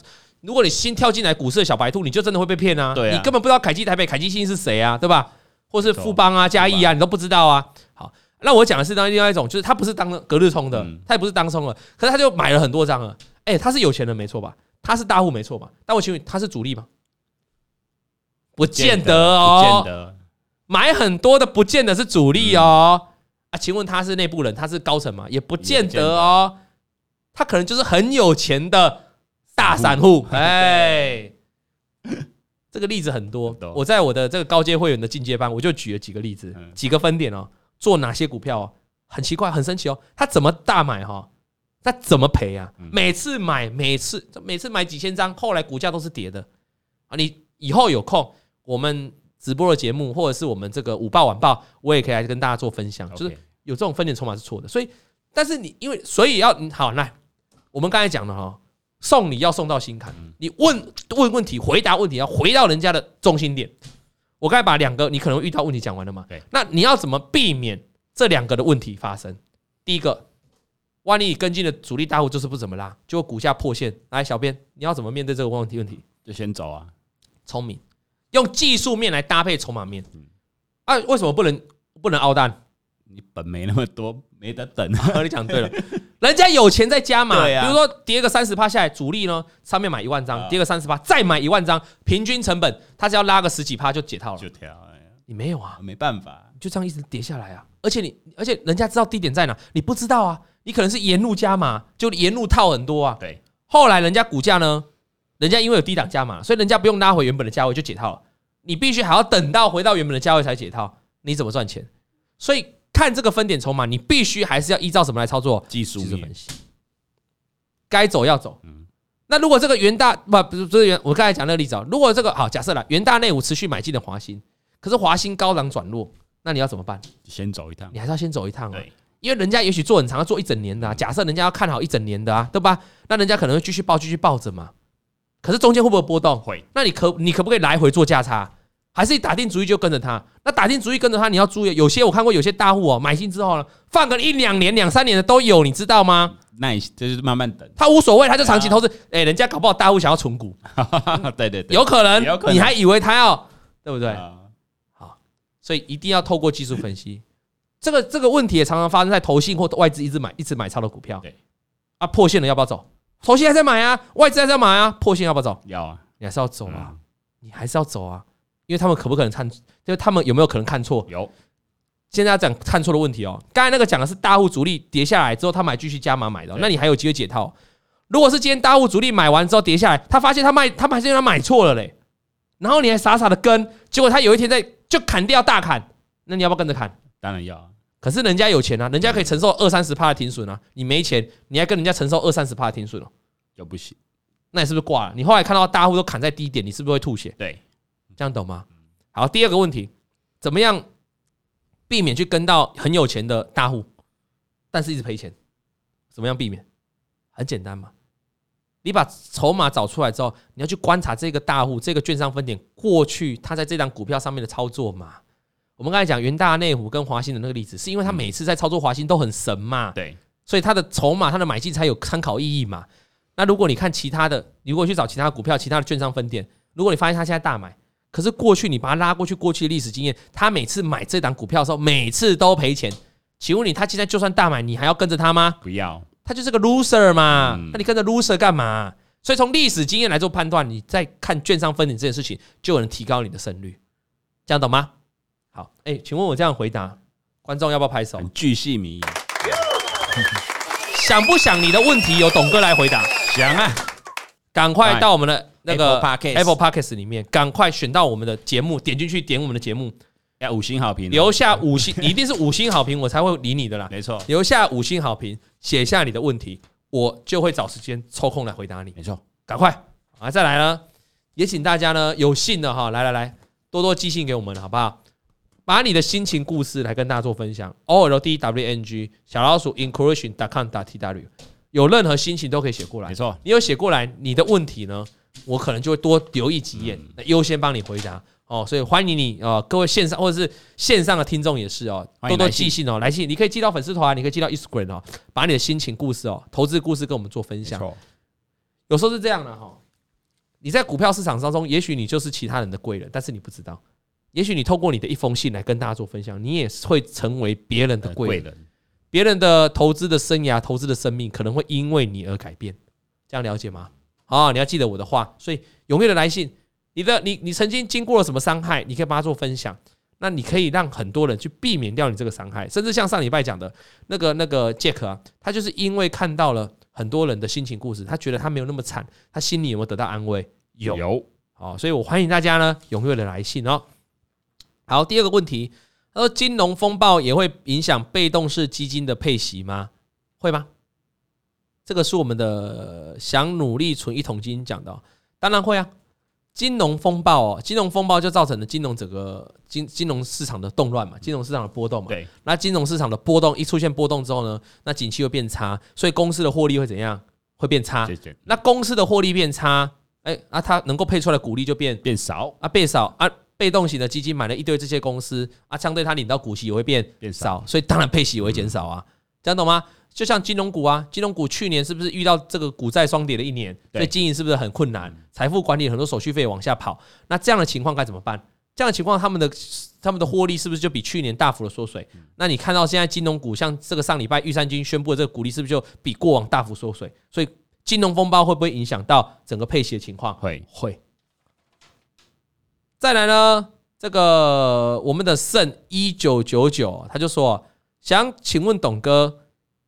[SPEAKER 3] 如果你新跳进来股市的小白兔，你就真的会被骗啊。
[SPEAKER 1] 对啊
[SPEAKER 3] 你根本不知道凯基台北、凯基新是谁啊，对吧？或是
[SPEAKER 1] 错
[SPEAKER 3] 富邦啊、嘉义啊，你都不知道啊。好，那我讲的是当另外一种，就是他不是当隔日冲的
[SPEAKER 1] 嗯，
[SPEAKER 3] 他也不是当冲了，可是他就买了很多张了。哎，他是有钱人没错吧？他是大户没错吧？但我请问你，他是主力吗？不见得哦
[SPEAKER 1] 不见，得，
[SPEAKER 3] 买很多的不见得是主力哦。
[SPEAKER 1] 嗯
[SPEAKER 3] 啊，请问他是内部人，他是高层吗？也不见得哦。他可能就是很有钱的大散户，
[SPEAKER 1] (laughs)
[SPEAKER 3] 哎。这个例子很多
[SPEAKER 1] 很，多
[SPEAKER 3] 我在我的这个高阶会员的进阶班，我就举了几个例子，
[SPEAKER 1] 嗯
[SPEAKER 3] 几个分点哦，做哪些股票哦，很奇怪，很神奇哦，他怎么大买哈、哦，他怎么赔啊？
[SPEAKER 1] 嗯
[SPEAKER 3] 每次买，每次每次买几千张，后来股价都是跌的啊！你以后有空，我们直播的节目或者是我们这个午报晚报，我也可以来跟大家做分享，就是
[SPEAKER 1] OK，
[SPEAKER 3] 有这种分点筹码是错的，所以，但是你因为所以要嗯好来，我们刚才讲的哈，送礼要送到心坎，
[SPEAKER 1] 嗯
[SPEAKER 3] 你问问问题，回答问题要回到人家的中心点。我刚才把两个你可能会遇到问题讲完了嘛
[SPEAKER 1] 对？
[SPEAKER 3] 那你要怎么避免这两个的问题发生？第一个，万一你跟进的主力大户就是不怎么拉，结果股价破线，来，小编你要怎么面对这个问题？问题
[SPEAKER 1] 就先走啊，
[SPEAKER 3] 聪明，用技术面来搭配筹码面
[SPEAKER 1] 嗯。
[SPEAKER 3] 啊，为什么不能不能凹单？
[SPEAKER 1] 你本没那么多，没得等，啊
[SPEAKER 3] (laughs) 和你讲对了，人家有钱在加嘛，
[SPEAKER 1] 对啊
[SPEAKER 3] 比如说跌个三十趴下来，主力呢上面买一万张，
[SPEAKER 1] 啊
[SPEAKER 3] 跌个三十趴再买一万张，平均成本他只要拉个十几趴就解套了
[SPEAKER 1] 就。调，哎呀
[SPEAKER 3] 你没有啊，
[SPEAKER 1] 没办法，
[SPEAKER 3] 你就这样一直跌下来啊，而且你而且人家知道低点在哪，你不知道啊，你可能是沿路加码，就沿路套很多啊。
[SPEAKER 1] 对，
[SPEAKER 3] 后来人家股价呢，人家因为有低档加码，所以人家不用拉回原本的价位就解套了。你必须还要等到回到原本的价位才解套，你怎么赚钱？所以看这个分点筹码，你必须还是要依照什么来操作？
[SPEAKER 1] 技术
[SPEAKER 3] 技术
[SPEAKER 1] 面
[SPEAKER 3] 分析，该走要走。
[SPEAKER 1] 嗯
[SPEAKER 3] 那如果这个元大不不是不是元，我刚才讲那个例子啊，如果这个好假设了元大内五持续买进的华兴，可是华兴高档转弱，那你要怎么办？
[SPEAKER 1] 先走一趟
[SPEAKER 3] 你，还是要先走一趟啊
[SPEAKER 1] 嗯对，
[SPEAKER 3] 因为人家也许做很长，要做一整年的啊。假设人家要看好一整年的啊，对吧？那人家可能会继续报，继续抱着嘛。可是中间会不会波动？
[SPEAKER 1] 会。
[SPEAKER 3] 那你可你可不可以来回做价差？还是你打定主意就跟着他？那打定主意跟着他，你要注意，有些我看过有些大户哦，买进之后呢，放个一两年、两三年的都有，你知道吗？
[SPEAKER 1] 耐心，就是慢慢等。
[SPEAKER 3] 他无所谓，他就长期投资。哎、人家搞不好大户想要存股，
[SPEAKER 1] (laughs) 对啊对对，
[SPEAKER 3] 有可能，
[SPEAKER 1] 有可能
[SPEAKER 3] 你还以为他要对不对？
[SPEAKER 1] 啊
[SPEAKER 3] 所以一定要透过技术分析。 (laughs) 这个这个问题也常常发生在投信或外资一直买一直买超的股票，
[SPEAKER 1] 对
[SPEAKER 3] 啊，破线了要不要走？投信还在买啊，外资还在买啊，破线要不要走？
[SPEAKER 1] 要啊，
[SPEAKER 3] 你还是要走啊，
[SPEAKER 1] 嗯
[SPEAKER 3] 你还是要走啊，因为他们可不可能看，就是他们有没有可能看错？
[SPEAKER 1] 有
[SPEAKER 3] 现在要讲看错的问题哦。刚才那个讲的是大户主力跌下来之后，他买继续加码买的哦、
[SPEAKER 1] 对
[SPEAKER 3] 那你还有机会解套哦。如果是今天大户主力买完之后跌下来，他发现他卖，他发现他买错了嘞，然后你还傻傻的跟，结果他有一天在就砍掉大砍，那你要不要跟着砍？
[SPEAKER 1] 当然要啊，
[SPEAKER 3] 可是人家有钱啊，人家可以承受二三十趴的停损啊，你没钱，你还跟人家承受二三十趴的停损哦，
[SPEAKER 1] 又不行。
[SPEAKER 3] 那你是不是挂了？你后来看到大户都砍在低点，你是不是会吐血？
[SPEAKER 1] 对，
[SPEAKER 3] 这样懂吗？好，第二个问题，怎么样避免去跟到很有钱的大户，但是一直赔钱？怎么样避免？很简单嘛，你把筹码找出来之后，你要去观察这个大户、这个券商分点过去他在这张股票上面的操作嘛。我们刚才讲元大内湖跟华兴的那个例子，是因为他每次在操作华兴都很神嘛，
[SPEAKER 1] 对，
[SPEAKER 3] 所以他的筹码、他的买进才有参考意义嘛。那如果你看其他的，你如果去找其他股票、其他的券商分店，如果你发现他现在大买，可是过去你把他拉过去，过去的历史经验，他每次买这档股票的时候，每次都赔钱。请问你，他现在就算大买，你还要跟着他吗？
[SPEAKER 1] 不要
[SPEAKER 3] 他就是个 loser 嘛，
[SPEAKER 1] 嗯
[SPEAKER 3] 那你跟着 loser 干嘛？所以从历史经验来做判断，你在看券商分点这件事情，就能提高你的胜率，这样懂吗？好，哎、请问我这样回答，观众要不要拍手？
[SPEAKER 1] 很巨细靡遗。
[SPEAKER 3] 想不想你的问题由董哥来回答？
[SPEAKER 1] 想啊，
[SPEAKER 3] 赶快到我们的那个
[SPEAKER 1] Apple Podcast
[SPEAKER 3] Apple Podcast 里面，赶快选到我们的节目，点进去点我们的节目，
[SPEAKER 1] 要五星好评啊，
[SPEAKER 3] 留下五星，你一定是五星好评，我才会理你的啦。
[SPEAKER 1] 没错，
[SPEAKER 3] 留下五星好评，写下你的问题，我就会找时间抽空来回答你。
[SPEAKER 1] 没错，
[SPEAKER 3] 赶快啊！再来呢，也请大家呢有信的哈，来来来，多多寄信给我们好不好？把你的心情故事来跟大家做分享。O L D W N G 小老鼠 encouraging com t w 有任何心情都可以写过来
[SPEAKER 1] 没。错，
[SPEAKER 3] 你有写过来，你的问题呢，我可能就会多留意几
[SPEAKER 1] 嗯
[SPEAKER 3] 眼，那优先帮你回答哦。所以欢迎你呃，各位线上或者是线上的听众也是哦，
[SPEAKER 1] 欢
[SPEAKER 3] 多
[SPEAKER 1] 迎
[SPEAKER 3] 多
[SPEAKER 1] 来信
[SPEAKER 3] 寄信哦，来信你可以寄到粉丝团，你可以寄到 Instagram 哦，把你的心情故事哦，投资故事跟我们做分
[SPEAKER 1] 没
[SPEAKER 3] 享。
[SPEAKER 1] 错，
[SPEAKER 3] 有时候是这样的哈，你在股票市场当中，也许你就是其他人的贵人，但是你不知道。也许你透过你的一封信来跟大家做分享，你也会成为别人的
[SPEAKER 1] 呃
[SPEAKER 3] 贵
[SPEAKER 1] 贵
[SPEAKER 3] 人。
[SPEAKER 1] 人，
[SPEAKER 3] 别人的投资的生涯、投资的生命可能会因为你而改变，这样了解吗？啊、你要记得我的话，所以踊跃的来信，你的你你曾经经过了什么伤害，你可以帮他做分享，那你可以让很多人去避免掉你这个伤害，甚至像上礼拜讲的那个那个 Jack 啊，他就是因为看到了很多人的心情故事，他觉得他没有那么惨，他心里有没有得到安慰？有，
[SPEAKER 1] 有
[SPEAKER 3] 好、所以我欢迎大家呢踊跃的来信哦。好，第二个问题，他说金融风暴也会影响被动式基金的配息吗？会吗？这个是我们的呃想努力存一桶金讲的、哦，当然会啊。金融风暴哦，金融风暴就造成了金融整个金金融市场的动乱嘛，金融市场的波动嘛。
[SPEAKER 1] 对，
[SPEAKER 3] 那金融市场的波动一出现波动之后呢，那景气会变差，所以公司的获利会怎样？会变差。
[SPEAKER 1] 这这
[SPEAKER 3] 那公司的获利变差，哎、那、它能够配出来的股利就变
[SPEAKER 1] 变少，
[SPEAKER 3] 啊变少啊，被动型的基金买了一堆这些公司啊，相对它领到股息也会变
[SPEAKER 1] 变少嗯
[SPEAKER 3] 少，所以当然配息也会减少啊，这样懂吗？就像金融股啊，金融股去年是不是遇到这个股债双跌的一年，
[SPEAKER 1] 对嗯
[SPEAKER 3] 所以经营是不是很困难？财富管理很多手续费往下跑，那这样的情况该怎么办？这样的情况，他们的他们的获利是不是就比去年大幅的缩水？
[SPEAKER 1] 嗯
[SPEAKER 3] 那你看到现在金融股，像这个上礼拜玉山金宣布的这个股利，是不是就比过往大幅缩水？所以金融风暴会不会影响到整个配息的情况？
[SPEAKER 1] 会
[SPEAKER 3] 会。再来呢，这个我们的圣一九九九，他就说想请问董哥，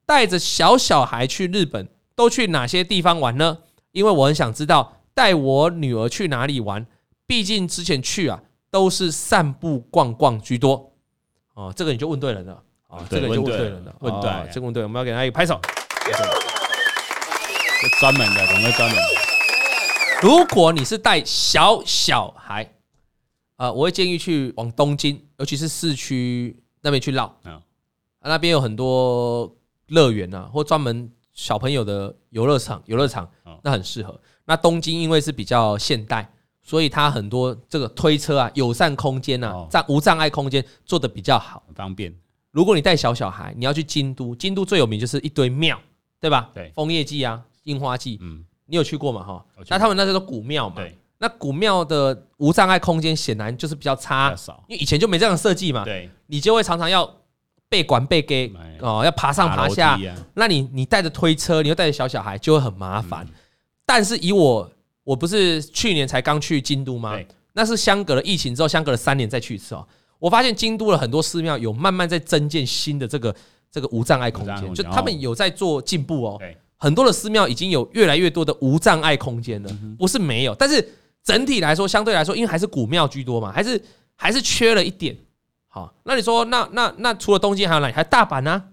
[SPEAKER 3] 带着小小孩去日本都去哪些地方玩呢？因为我很想知道带我女儿去哪里玩，毕竟之前去啊都是散步逛逛居多。哦，这个你就问对人了。哦，这
[SPEAKER 1] 对
[SPEAKER 3] 个你就
[SPEAKER 1] 问
[SPEAKER 3] 问
[SPEAKER 1] 对
[SPEAKER 3] 对
[SPEAKER 1] 了
[SPEAKER 3] 人了，
[SPEAKER 1] 问对
[SPEAKER 3] 哦这个问对，我们要给他一个拍手。
[SPEAKER 1] 这专门的，我们专门
[SPEAKER 3] 如果你是带小小孩，呃，我会建议去往东京，尤其是市区那边去绕，
[SPEAKER 1] 嗯
[SPEAKER 3] 啊，那边有很多乐园啊，或专门小朋友的游乐场，游乐场
[SPEAKER 1] 嗯
[SPEAKER 3] 那很适合。那东京因为是比较现代，所以它很多这个推车啊、友善空间啊
[SPEAKER 1] 哦、
[SPEAKER 3] 障无障碍空间做的比较好。
[SPEAKER 1] 很方便。
[SPEAKER 3] 如果你带小小孩，你要去京都，京都最有名就是一堆庙，对吧？
[SPEAKER 1] 对
[SPEAKER 3] 枫叶季啊、樱花季，
[SPEAKER 1] 嗯，
[SPEAKER 3] 你有去过嘛？哈
[SPEAKER 1] 我，去过
[SPEAKER 3] 那他们那叫做古庙嘛。
[SPEAKER 1] 对，
[SPEAKER 3] 那古庙的无障碍空间显然就是比较
[SPEAKER 1] 比
[SPEAKER 3] 差
[SPEAKER 1] 较，少。
[SPEAKER 3] 因为以前就没这样的设计嘛，
[SPEAKER 1] 对，
[SPEAKER 3] 你就会常常要被管被给
[SPEAKER 1] 哎
[SPEAKER 3] 哦，要爬上
[SPEAKER 1] 爬
[SPEAKER 3] 爬
[SPEAKER 1] 楼梯
[SPEAKER 3] 下。
[SPEAKER 1] 啊，
[SPEAKER 3] 那你你带着推车，你又带着小小孩，就会很麻烦。
[SPEAKER 1] 嗯
[SPEAKER 3] 但是以我，我不是去年才刚去京都吗
[SPEAKER 1] 对？
[SPEAKER 3] 那是相隔了疫情之后，相隔了三年再去一次哦。我发现京都的很多寺庙有慢慢在增建新的这个这个无障碍空
[SPEAKER 1] 无障碍
[SPEAKER 3] 间，
[SPEAKER 1] 空
[SPEAKER 3] 就
[SPEAKER 1] 间
[SPEAKER 3] 他们有在做进步哦
[SPEAKER 1] 对。
[SPEAKER 3] 很多的寺庙已经有越来越多的无障碍空间
[SPEAKER 1] 嗯
[SPEAKER 3] 了，不是没有，但是整体来说，相对来说，因为还是古庙居多嘛，还是还是缺了一点。好，那你说，那那那除了东京还有哪里？还有大阪呢、啊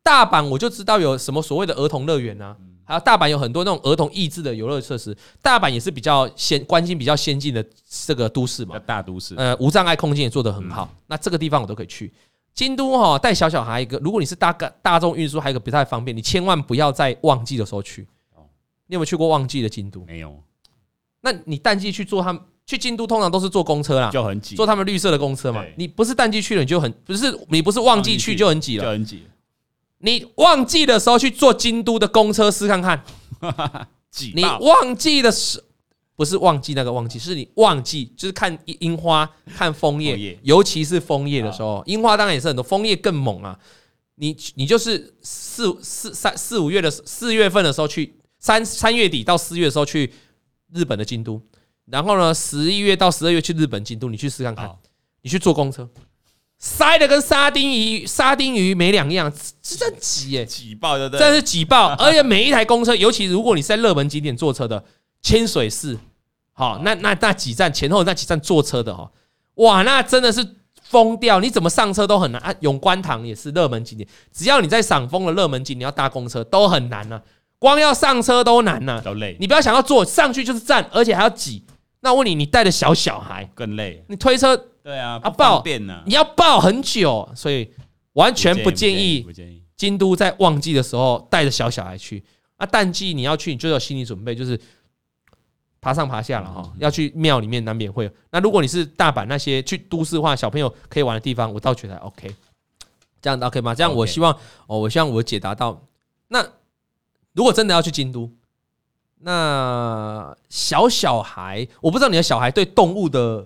[SPEAKER 3] 大阪我就知道有什么所谓的儿童乐园啊，
[SPEAKER 1] 嗯
[SPEAKER 3] 还有大阪有很多那种儿童益智的游乐设施。大阪也是比较先关心比较先进的这个都市嘛
[SPEAKER 1] 要，大都市，
[SPEAKER 3] 呃，无障碍空间也做得很
[SPEAKER 1] 嗯
[SPEAKER 3] 好。那这个地方我都可以去。京都哈、带小小孩一个，如果你是大个大众运输，还有一个不太方便，你千万不要在旺季的时候去
[SPEAKER 1] 哦。
[SPEAKER 3] 你有没有去过旺季的京都？
[SPEAKER 1] 没有
[SPEAKER 3] 那你淡季去坐他们去京都，通常都是坐公车啦，
[SPEAKER 1] 就很挤，
[SPEAKER 3] 坐他们绿色的公车嘛
[SPEAKER 1] 对。
[SPEAKER 3] 你不是淡季去了，你就很不是你不是旺季去就很挤了
[SPEAKER 1] 就。很挤，
[SPEAKER 3] 你旺季的时候去坐京都的公车试看看，
[SPEAKER 1] 挤
[SPEAKER 3] 你
[SPEAKER 1] 爆
[SPEAKER 3] 旺季的时不是旺季那个旺季，是你旺季就是看樱樱花、看枫
[SPEAKER 1] 枫
[SPEAKER 3] 叶
[SPEAKER 1] 叶，啊
[SPEAKER 3] 尤其是枫叶的时候，樱花当然也是很多，枫叶更猛啊。你你就是四四三四五月的四月份的时候去三三月底到四月的时候去日本的京都，然后呢十一月到十二月去日本京都，你去试看看
[SPEAKER 1] 好，
[SPEAKER 3] 你去坐公车，塞的跟沙丁鱼沙丁鱼没两样，真的挤耶、
[SPEAKER 1] 挤爆，对不
[SPEAKER 3] 真
[SPEAKER 1] 对？
[SPEAKER 3] 是挤 (laughs) 爆！而且每一台公车，尤其如果你是在热门景点坐车的，清水寺，好，那那那几站前后那几站坐车的哈，哇，那真的是疯掉！你怎么上车都很难啊。永观堂也是热门景点，只要你在赏枫的热门景点要搭公车都很难呐、啊光要上车都难呐、
[SPEAKER 1] 都累，
[SPEAKER 3] 你不要想要坐上去就是站，而且还要挤。那我问你，你带着小小孩，
[SPEAKER 1] 更累。
[SPEAKER 3] 你推车
[SPEAKER 1] 对啊，
[SPEAKER 3] 啊
[SPEAKER 1] 不
[SPEAKER 3] 爆
[SPEAKER 1] 方便呢，
[SPEAKER 3] 你要抱很久，所以完全不建议
[SPEAKER 1] 不建议。
[SPEAKER 3] 京都在旺季的时候带着小小孩去，啊，淡季你要去，你就有心理准备，就是爬上爬下了
[SPEAKER 1] 嗯
[SPEAKER 3] 哈，要去庙里面难免会有。那如果你是大阪那些去都市化小朋友可以玩的地方，我倒觉得还 OK，这样 OK 吗？这样我
[SPEAKER 1] OK
[SPEAKER 3] 希望哦，我希望我解答到。那如果真的要去京都，那小小孩，我不知道你的小孩对动物的，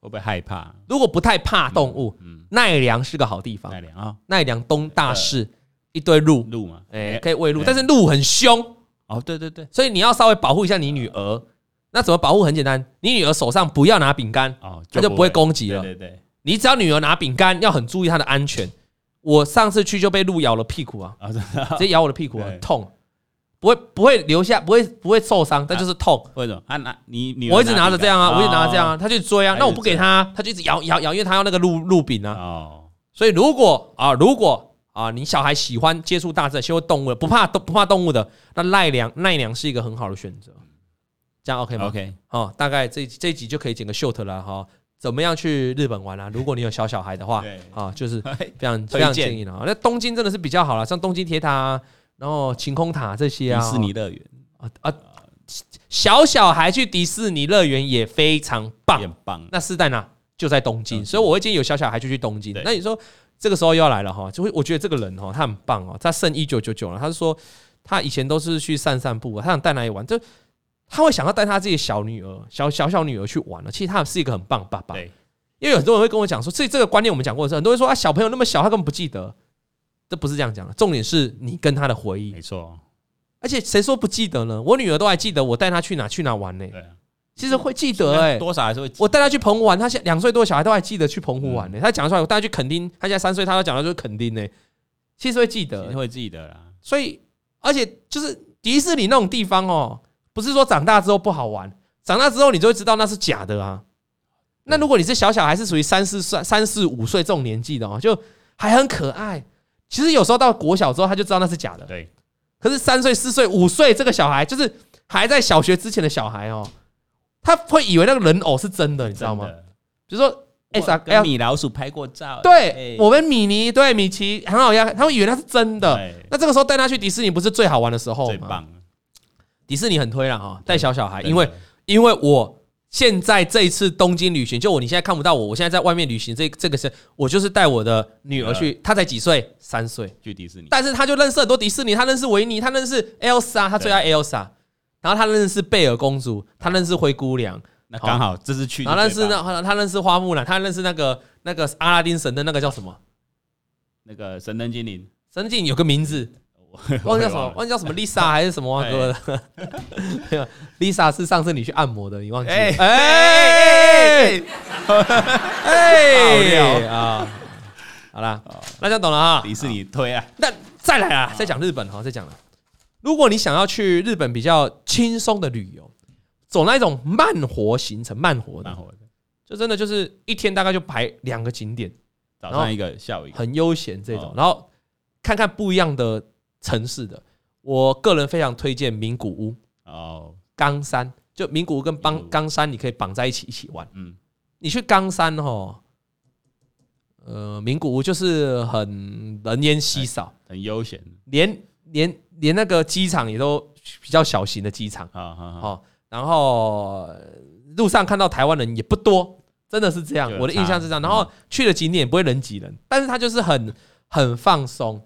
[SPEAKER 1] 会不会害怕？
[SPEAKER 3] 如果不太怕动物，
[SPEAKER 1] 嗯，
[SPEAKER 3] 奈良是个好地方
[SPEAKER 1] 奈，良啊，
[SPEAKER 3] 奈良东大寺一堆鹿。
[SPEAKER 1] 鹿嘛，
[SPEAKER 3] 哎、
[SPEAKER 1] 哎，
[SPEAKER 3] 可以喂鹿，
[SPEAKER 1] 哎
[SPEAKER 3] 但是鹿很凶，
[SPEAKER 1] 哦，对对对，
[SPEAKER 3] 所以你要稍微保护一下你女儿。那怎么保护？很简单，你女儿手上不要拿饼干，
[SPEAKER 1] 哦，
[SPEAKER 3] 她就不会攻击了。
[SPEAKER 1] 对对对，
[SPEAKER 3] 你只要女儿拿饼干，要很注意她的安全。我上次去就被鹿咬了屁 (laughs) 股啊，
[SPEAKER 1] 啊，真的
[SPEAKER 3] 直接咬我的屁股、啊，
[SPEAKER 1] 对
[SPEAKER 3] 很痛，不会不会留下，不会不会受伤，但就是痛。
[SPEAKER 1] (laughs) 为什么？啊，拿你你
[SPEAKER 3] 我一直拿着这样啊，我一直拿着这样
[SPEAKER 1] 啊
[SPEAKER 3] 啊，她去追啊，
[SPEAKER 1] 她
[SPEAKER 3] 那我
[SPEAKER 1] 一直
[SPEAKER 3] 不给她啊，她就一直咬咬咬，因为她要那个鹿鹿饼啊。
[SPEAKER 1] 哦，
[SPEAKER 3] 所以如果啊，如果啊，你小孩喜欢接触大自然、接触动物的，不怕动不怕动物的，那奈良奈良是一个很好的选择。这样 OK 吗
[SPEAKER 1] OK，
[SPEAKER 3] 哦，大概这一集这一集就可以剪个 short 了哈、怎么样去日本玩啊？如果你有小小孩的话
[SPEAKER 1] 对，
[SPEAKER 3] 啊，就是
[SPEAKER 1] 哎
[SPEAKER 3] 非常非
[SPEAKER 1] 推荐
[SPEAKER 3] 常建议的啊。那东京真的是比较好了，像东京铁塔啊、然后晴空塔这些啊，
[SPEAKER 1] 迪士尼乐园
[SPEAKER 3] 啊啊，小小孩去迪士尼乐园也非常棒
[SPEAKER 1] 也，很棒，
[SPEAKER 3] 那是在哪？就在东京，
[SPEAKER 1] 嗯
[SPEAKER 3] 所以我会建议有小小孩就去东京
[SPEAKER 1] 对。
[SPEAKER 3] 那你说这个时候又要来了哈，就会我觉得这个人哈，他很棒哦，他剩一九九九了。他是说他以前都是去散散步啊，他想带哪里玩，就他会想要带他自己的小女儿、小小小女儿去玩了。哦其实他是一个很棒的爸爸，
[SPEAKER 1] 对，
[SPEAKER 3] 因为很多人会跟我讲说，这这个观念我们讲过的时候，很多人说啊，小朋友那么小，他根本不记得。这不是这样讲的，重点是你跟他的回忆。
[SPEAKER 1] 没错，
[SPEAKER 3] 而且谁说不记得呢？我女儿都还记得我带她去哪去哪玩呢、
[SPEAKER 1] 对啊，
[SPEAKER 3] 其实会记得哎、
[SPEAKER 1] 多少还是会
[SPEAKER 3] 我带他去澎湖玩，他现在两岁多的小孩都还记得去澎湖
[SPEAKER 1] 嗯
[SPEAKER 3] 玩呢、他讲出来，我带他去垦丁，他现在三岁，他都讲到就是垦丁呢、其实会记
[SPEAKER 1] 其实
[SPEAKER 3] 得，
[SPEAKER 1] 会记得啦，
[SPEAKER 3] 所以而且就是迪士尼那种地方哦，不是说长大之后不好玩，长大之后你就会知道那是假的啊。那如果你是小小孩，是属于三四岁、三四五岁这种年纪的哦，就还很可爱。其实有时候到国小之后，他就知道那是假的。
[SPEAKER 1] 对，
[SPEAKER 3] 可是三岁、四岁、五岁这个小孩，就是还在小学之前的小孩哦，他会以为那个人偶是真的，你知道吗？哎
[SPEAKER 1] 真的？
[SPEAKER 3] 比如说 S
[SPEAKER 1] 我
[SPEAKER 3] R
[SPEAKER 1] 跟
[SPEAKER 3] L，
[SPEAKER 1] 米老鼠拍过照，哎
[SPEAKER 3] 对我们米妮对米奇很好呀，他们以为他是真的。
[SPEAKER 1] 对
[SPEAKER 3] 那这个时候带他去迪士尼不是最好玩的时候
[SPEAKER 1] 最
[SPEAKER 3] 吗？
[SPEAKER 1] 棒了，
[SPEAKER 3] 迪士尼很推了哈，带小小孩，
[SPEAKER 1] 真的
[SPEAKER 3] 哦因为因为我现在这一次东京旅行，就我你现在看不到我，我现在在外面旅行，这这个是我就是带我的女儿去，她才几岁，三岁，
[SPEAKER 1] 去迪士尼，
[SPEAKER 3] 但是她就认识很多迪士尼，她认识维尼，她认识 Elsa，她最爱 Elsa，然后她认识贝尔公主，她认识灰姑娘，
[SPEAKER 1] 那刚好这次去就
[SPEAKER 3] 然
[SPEAKER 1] 对吧，
[SPEAKER 3] 后认识那她认识花木兰，她认识那个那个阿拉丁神灯，那个叫什么？
[SPEAKER 1] 那个神灯精灵，
[SPEAKER 3] 神经有个名字，
[SPEAKER 1] 我
[SPEAKER 3] (laughs) 忘记叫
[SPEAKER 1] 也
[SPEAKER 3] 什么，
[SPEAKER 1] 了
[SPEAKER 3] 忘记叫什么 Lisa 还是什么啊哥的。 (laughs) 没有，Lisa 是上次你去按摩的，你忘记了？
[SPEAKER 1] 哎
[SPEAKER 3] 哎哎
[SPEAKER 1] 好
[SPEAKER 3] 哎啊！好啦，那这样懂了啊。
[SPEAKER 1] 迪士尼推啊，
[SPEAKER 3] 那再来啊，再讲日本哈，再讲了。如果你想要去日本比较轻松的旅游，走那一种慢活行程，慢活
[SPEAKER 1] 蛮
[SPEAKER 3] 的，
[SPEAKER 1] 火的。
[SPEAKER 3] 就真的就是一天大概就排两个景点，
[SPEAKER 1] 早
[SPEAKER 3] 然后
[SPEAKER 1] 上一个，下午一个，
[SPEAKER 3] 很悠闲这种
[SPEAKER 1] 哦，
[SPEAKER 3] 然后看看不一样的城市的。我个人非常推荐名古屋。
[SPEAKER 1] 哦，
[SPEAKER 3] 冈山，就名古屋跟
[SPEAKER 1] 名古
[SPEAKER 3] 冈
[SPEAKER 1] 屋
[SPEAKER 3] 冈山，你可以绑在一起一起玩。
[SPEAKER 1] 嗯，
[SPEAKER 3] 你去冈山哦，呃，名古屋就是很人烟稀少，
[SPEAKER 1] 很悠闲
[SPEAKER 3] 连连连那个机场也都比较小型的机场
[SPEAKER 1] 啊，好好
[SPEAKER 3] 哦。然后呃路上看到台湾人也不多，真的是这样
[SPEAKER 1] 就，有
[SPEAKER 3] 我的印象是这样。然后去的景点也不会人挤人，但是它就是很很放松。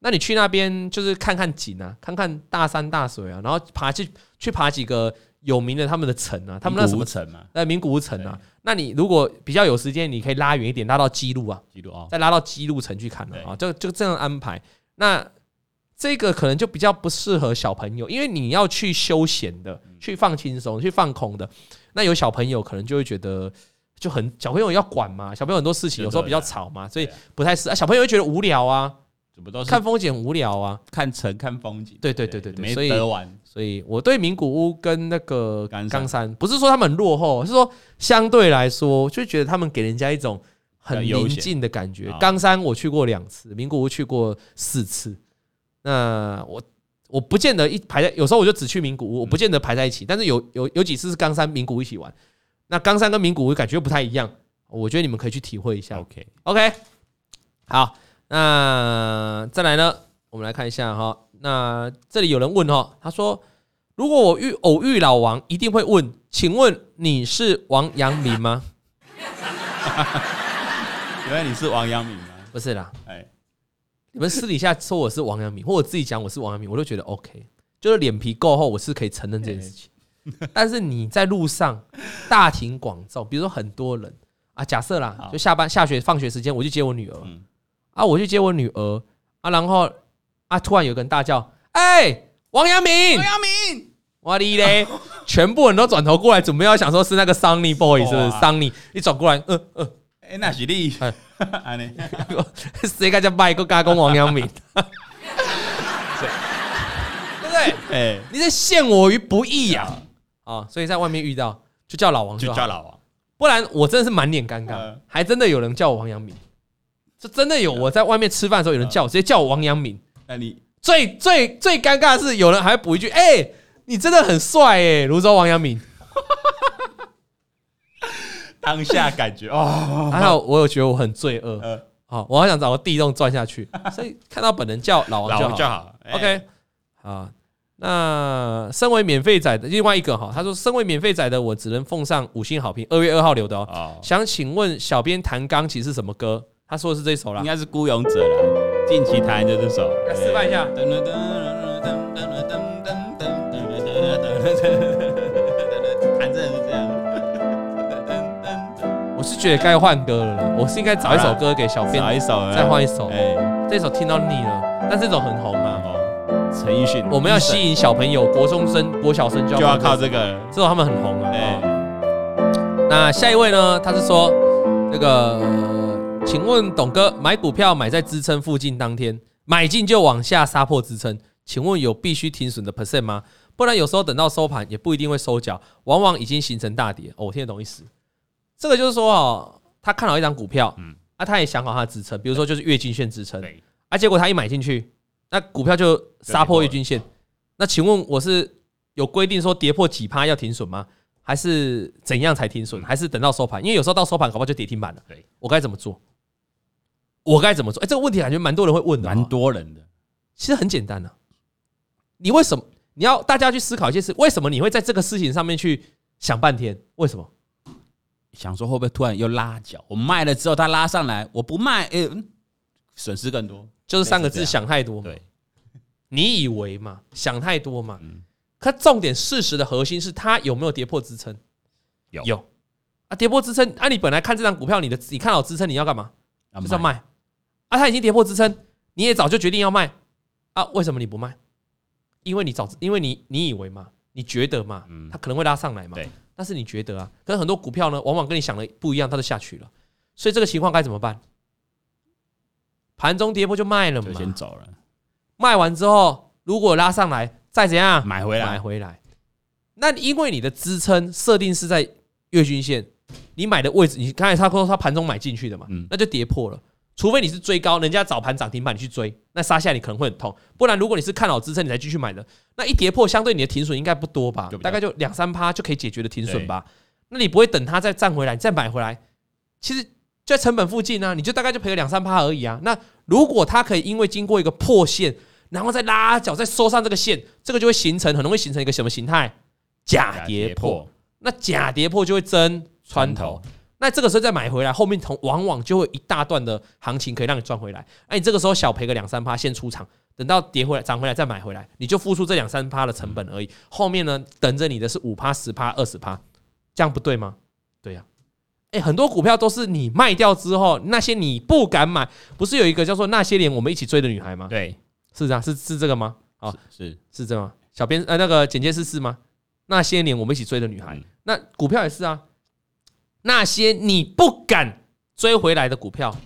[SPEAKER 3] 那你去那边就是看看景啊，看看大山大水啊，然后爬去去爬几个有名的他们的城啊，他们那什么城，
[SPEAKER 1] 城嘛，
[SPEAKER 3] 呃，名古屋城啊。那你如果比较有时间，你可以拉远一点，拉到基路啊，
[SPEAKER 1] 记录哦，
[SPEAKER 3] 再拉到基路城去看
[SPEAKER 1] 对
[SPEAKER 3] 啊，啊，就就这样安排。那这个可能就比较不适合小朋友，因为你要去休闲的，
[SPEAKER 1] 嗯
[SPEAKER 3] 去放轻松，去放空的。那有小朋友可能就会觉得就很小朋友要管嘛，小朋友很多事情有时候比较吵嘛，所以
[SPEAKER 1] 对啊
[SPEAKER 3] 不太适、啊。小朋友会觉得无聊啊，
[SPEAKER 1] 怎么都是
[SPEAKER 3] 看风景很无聊啊，
[SPEAKER 1] 看城、看风景。
[SPEAKER 3] 对对对对对
[SPEAKER 1] 没
[SPEAKER 3] 所以
[SPEAKER 1] 得玩，
[SPEAKER 3] 所以我对名古屋跟那个
[SPEAKER 1] 冈山
[SPEAKER 3] 冈山，不是说他们很落后，是说相对来说，就觉得他们给人家一种很
[SPEAKER 1] 比较悠
[SPEAKER 3] 宁
[SPEAKER 1] 闲
[SPEAKER 3] 静的感觉
[SPEAKER 1] 啊。
[SPEAKER 3] 冈山我去过两次，名古屋去过四次。那我我不见得一排在，有时候我就只去名古
[SPEAKER 1] 嗯
[SPEAKER 3] 屋，我不见得排在一起。但是有有有几次是冈山、名古屋一起玩，那冈山跟名古屋感觉又不太一样，我觉得你们可以去体会一下。
[SPEAKER 1] OK，
[SPEAKER 3] OK，好，那再来呢，我们来看一下哈。那这里有人问哈，他说：“如果我遇偶遇老王，一定会问，请问你是王阳明吗
[SPEAKER 1] 原来你是王阳明吗？”？
[SPEAKER 3] 不是啦，
[SPEAKER 1] 哎，
[SPEAKER 3] 你们私底下说我是王阳明，或我自己讲我是王阳明，我都觉得 OK，就是脸皮够厚，我是可以承认这件事情。但是你在路上大庭广众，比如说很多人啊，假设啦，
[SPEAKER 1] 好
[SPEAKER 3] 就下班、下学、放学时间，我去接我女儿，
[SPEAKER 1] 嗯，
[SPEAKER 3] 啊，我去接我女儿啊，然后啊，突然有个人大叫：“哎、王阳明
[SPEAKER 1] 王！”阳明，
[SPEAKER 3] 我
[SPEAKER 1] (laughs)
[SPEAKER 3] 的嘞！全部人都转头过来，准备要想说是那个 Sunny Boy 是不是
[SPEAKER 1] 哇
[SPEAKER 3] ？Sunny 一转过来，嗯，
[SPEAKER 1] 哎，那是你
[SPEAKER 3] 哎，
[SPEAKER 1] 安尼，
[SPEAKER 3] (laughs) 谁敢叫麦克加工王阳明？对不对？
[SPEAKER 1] 哎，
[SPEAKER 3] 你在陷我于不义呀、啊！啊，所以在外面遇到就叫老王
[SPEAKER 1] 嗯
[SPEAKER 3] 就
[SPEAKER 1] 就
[SPEAKER 3] 好，
[SPEAKER 1] 叫老王，
[SPEAKER 3] 不然我真的是满脸尴尬
[SPEAKER 1] 嗯，
[SPEAKER 3] 还真的有人叫我王阳明，就真的有我在外面吃饭的时候
[SPEAKER 1] 嗯
[SPEAKER 3] 有人叫我，直接叫我王阳明。
[SPEAKER 1] 那你
[SPEAKER 3] 最最最尴尬的是，有人还会补一句：“哎、你真的很帅哎、泸州王阳明。
[SPEAKER 1] 当下感觉哦，
[SPEAKER 3] 还好我有觉得我很罪恶，
[SPEAKER 1] 呃，
[SPEAKER 3] 好，我好想找个地洞钻下
[SPEAKER 1] (laughs)
[SPEAKER 3] 去。所以看到本人叫老王
[SPEAKER 1] 老
[SPEAKER 3] 就
[SPEAKER 1] 王
[SPEAKER 3] 好。
[SPEAKER 1] 就好哎
[SPEAKER 3] OK，啊，那身为免费仔的另外一个哈，他说：“身为免费仔的我，只能奉上五星好评。”二月二号留的哦。
[SPEAKER 1] 哦，
[SPEAKER 3] 想请问小编弹钢琴是什么歌？他说的是这首啦
[SPEAKER 1] 应。该是孤勇者啦，近期弹的这首，
[SPEAKER 3] 来示范一下
[SPEAKER 1] 哎。噔噔噔噔噔噔噔噔噔噔噔，弹真的是这样。噔噔噔噔
[SPEAKER 3] 我是觉得该换歌了啦，我是应该找一首歌给小编
[SPEAKER 1] 找，一首，
[SPEAKER 3] 再换一首。
[SPEAKER 1] 哎，
[SPEAKER 3] 这首听到腻了，但这首很红嘛。
[SPEAKER 1] 哦，陈奕迅，
[SPEAKER 3] 我们要吸引小朋友，国中生、国小生就
[SPEAKER 1] 就要
[SPEAKER 3] 要
[SPEAKER 1] 靠
[SPEAKER 3] 靠，
[SPEAKER 1] 这个，
[SPEAKER 3] 这种他们很红啊。哦
[SPEAKER 1] 哎，
[SPEAKER 3] 那下一位呢？他是说那个，呃请问董哥，买股票买在支撑附近当天，买进就往下杀破支撑，请问有必须停损的 percent 吗？不然有时候等到收盘也不一定会收脚，往往已经形成大跌。哦，我听得懂意思。这个就是说哦，他看好一张股票，嗯
[SPEAKER 1] 嗯，
[SPEAKER 3] 啊，他也想好他的支撑，比如说就是月均线支撑，
[SPEAKER 1] 对，
[SPEAKER 3] 啊，结果他一买进去，那股票就杀破月均线。那请问我是有规定说跌破几趴要停损吗？还是怎样才停损？
[SPEAKER 1] 嗯
[SPEAKER 3] 还是等到收盘？因为有时候到收盘，搞不好就跌停板了。
[SPEAKER 1] 对，
[SPEAKER 3] 我该怎么做？我该怎么做？哎、这个问题感觉蛮多人会问的、哦
[SPEAKER 1] 蛮。多人的，
[SPEAKER 3] 啊其实很简单的、你为什么？你要大家去思考一些事，为什么你会在这个事情上面去想半天？为什么？
[SPEAKER 1] 想说会不会突然又拉脚？我卖了之后他拉上来，我不卖，哎、嗯损失更多。
[SPEAKER 3] 就是三个字：
[SPEAKER 1] 类似这
[SPEAKER 3] 想太多。
[SPEAKER 1] 对，
[SPEAKER 3] 你以为嘛，想太多嘛。
[SPEAKER 1] 嗯
[SPEAKER 3] 可重点，事实的核心是它有没有跌破支撑？
[SPEAKER 1] 有
[SPEAKER 3] 有啊，跌破支撑，啊，你本来看这张股票，你的你看好支撑，你要干嘛？
[SPEAKER 1] 啊
[SPEAKER 3] 就是要卖啊，它已经跌破支撑，你也早就决定要卖啊，为什么你不卖？因为你早，因为你你以为嘛，你觉得嘛
[SPEAKER 1] 嗯，
[SPEAKER 3] 它可能会拉上来嘛，
[SPEAKER 1] 对，
[SPEAKER 3] 但是你觉得啊，可是很多股票呢，往往跟你想的不一样，它就下去了，所以这个情况该怎么办？盘中跌破就卖了嘛
[SPEAKER 1] 就，先走了，
[SPEAKER 3] 卖完之后如果拉上来再怎样
[SPEAKER 1] 买回
[SPEAKER 3] 买
[SPEAKER 1] 来。
[SPEAKER 3] 回来。那因为你的支撑设定是在月均线，你买的位置，你刚才他说他盘中买进去的嘛，
[SPEAKER 1] 嗯
[SPEAKER 3] 那就跌破了。除非你是追高，人家早盘涨停板你去追，那杀下来你可能会很痛。不然如果你是看好支撑你才继续买的，那一跌破，相对你的停损应该不多吧
[SPEAKER 1] 就，比较
[SPEAKER 3] 大概就两三趴就可以解决的停损吧。那你不会等它再站回来，你再买回来，其实就在成本附近啊，你就大概就赔个两三趴而已啊。那如果它可以因为经过一个破线，然后再拉脚再收上这个线，这个就会形成很容易形成一个什么形态？假跌破。那假跌破就会真穿头。那这个时候再买回来，后面同往往就会有一大段的行情可以让你赚回来。那你这个时候小赔个两三趴，先出场，等到跌回来、涨回来再买回来，你就付出这两三趴的成本而已。后面呢，等着你的是五趴、十趴、二十趴，这样不对吗？对呀、哎、很多股票都是你卖掉之后，那些你不敢买，不是有一个叫做那些年我们一起追的女孩吗？
[SPEAKER 1] 对，
[SPEAKER 3] 是这样，是是这个吗？啊，
[SPEAKER 1] 是是
[SPEAKER 3] 是这样吗？小编呃，那个简介是是吗？那些年我们一起追的女孩，
[SPEAKER 1] 嗯
[SPEAKER 3] 那股票也是啊。那些你不敢追回来的股票，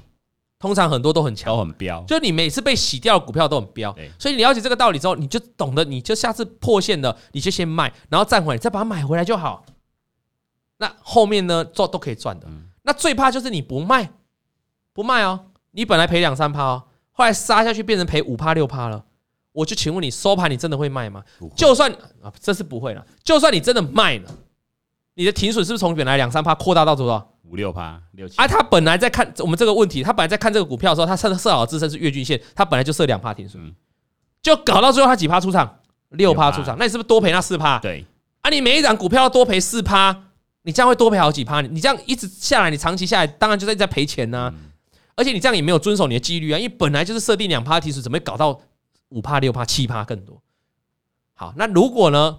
[SPEAKER 3] 通常很多都很强
[SPEAKER 1] 都，很标，
[SPEAKER 3] 就你每次被洗掉的股票都很飙
[SPEAKER 1] 哦对。
[SPEAKER 3] 所以你了解这个道理之后，你就懂得，你就下次破线了，你就先卖，然后站回来，再把它买回来就好。那后面呢，做都可以赚的。
[SPEAKER 1] 嗯
[SPEAKER 3] 那最怕就是你不卖，不卖哦，你本来赔两三趴哦，后来杀下去变成赔五趴六趴了。我就请问你，收盘你真的会卖吗？
[SPEAKER 1] 不会
[SPEAKER 3] 就算啊，这是不会了。就算你真的卖了，你的停损是不是从本来两三趴扩大到多少？
[SPEAKER 1] 五六趴六七
[SPEAKER 3] 啊，他本来在看我们这个问题，他本来在看这个股票的时候，他设设好自身是月均线，他本来就设两趴停损，
[SPEAKER 1] 嗯
[SPEAKER 3] 就搞到最后他几趴出场，六趴
[SPEAKER 1] 6%
[SPEAKER 3] 出场，那你是不是多赔那四趴？
[SPEAKER 1] 对，
[SPEAKER 3] 啊，你每一档股票要多赔四趴，你这样会多赔好几趴，你你这样一直下来，你长期下来，当然就在在赔钱呐、
[SPEAKER 1] 嗯
[SPEAKER 3] 而且你这样也没有遵守你的纪律啊，因为本来就是设定两趴停损，怎么会搞到五趴、六趴、七趴更多？好，那如果呢？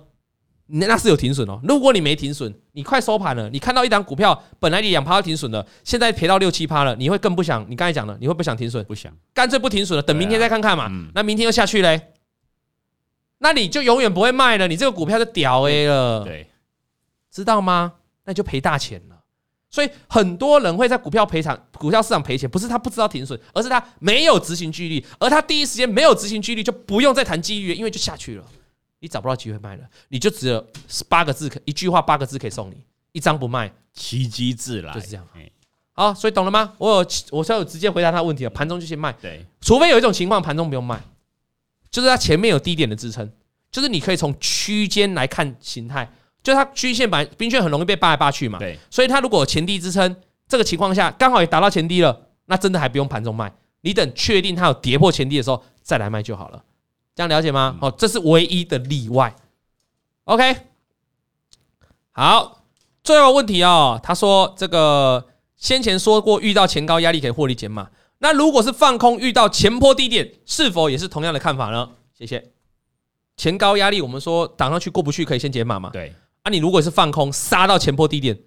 [SPEAKER 3] 那那是有停损哦。如果你没停损，你快收盘了，你看到一档股票本来你两趴要停损的，现在赔到六七趴了，你会更不想。你刚才讲了，你会不想停损，
[SPEAKER 1] 不想
[SPEAKER 3] 干脆不停损了，等明天再看看嘛。
[SPEAKER 1] 嗯
[SPEAKER 3] 那明天又下去嘞，那你就永远不会卖了，你这个股票就屌 A 了。
[SPEAKER 1] 对，
[SPEAKER 3] 知道吗？那就赔大钱了。所以很多人会在股票赔偿、股票市场赔钱，不是他不知道停损，而是他没有执行纪律，而他第一时间没有执行纪律，就不用再谈纪律了，因为就下去了，你找不到机会卖了，你就只有八个字可，一句话八个字可以送你，一张不卖，
[SPEAKER 1] 奇迹自来
[SPEAKER 3] 就是这样
[SPEAKER 1] 哎
[SPEAKER 3] 好，所以懂了吗？我有，我稍有直接回答他的问题了，盘中就先卖，
[SPEAKER 1] 对，
[SPEAKER 3] 除非有一种情况盘中不用卖，就是它前面有低点的支撑，就是你可以从区间来看形态，就是它均线板冰线很容易被扒来扒去嘛，
[SPEAKER 1] 对，
[SPEAKER 3] 所以它如果有前低支撑，这个情况下刚好也达到前低了，那真的还不用盘中卖，你等确定它有跌破前低的时候再来卖就好了，这样了解吗？
[SPEAKER 1] 嗯
[SPEAKER 3] 哦，这是唯一的例外。OK，好，最后问题哦，他说这个先前说过遇到前高压力可以获利减码，那如果是放空遇到前坡低点，是否也是同样的看法呢？谢谢。前高压力，我们说挡上去过不去，可以先减码嘛？
[SPEAKER 1] 对，
[SPEAKER 3] 啊，你如果是放空杀到前波低点，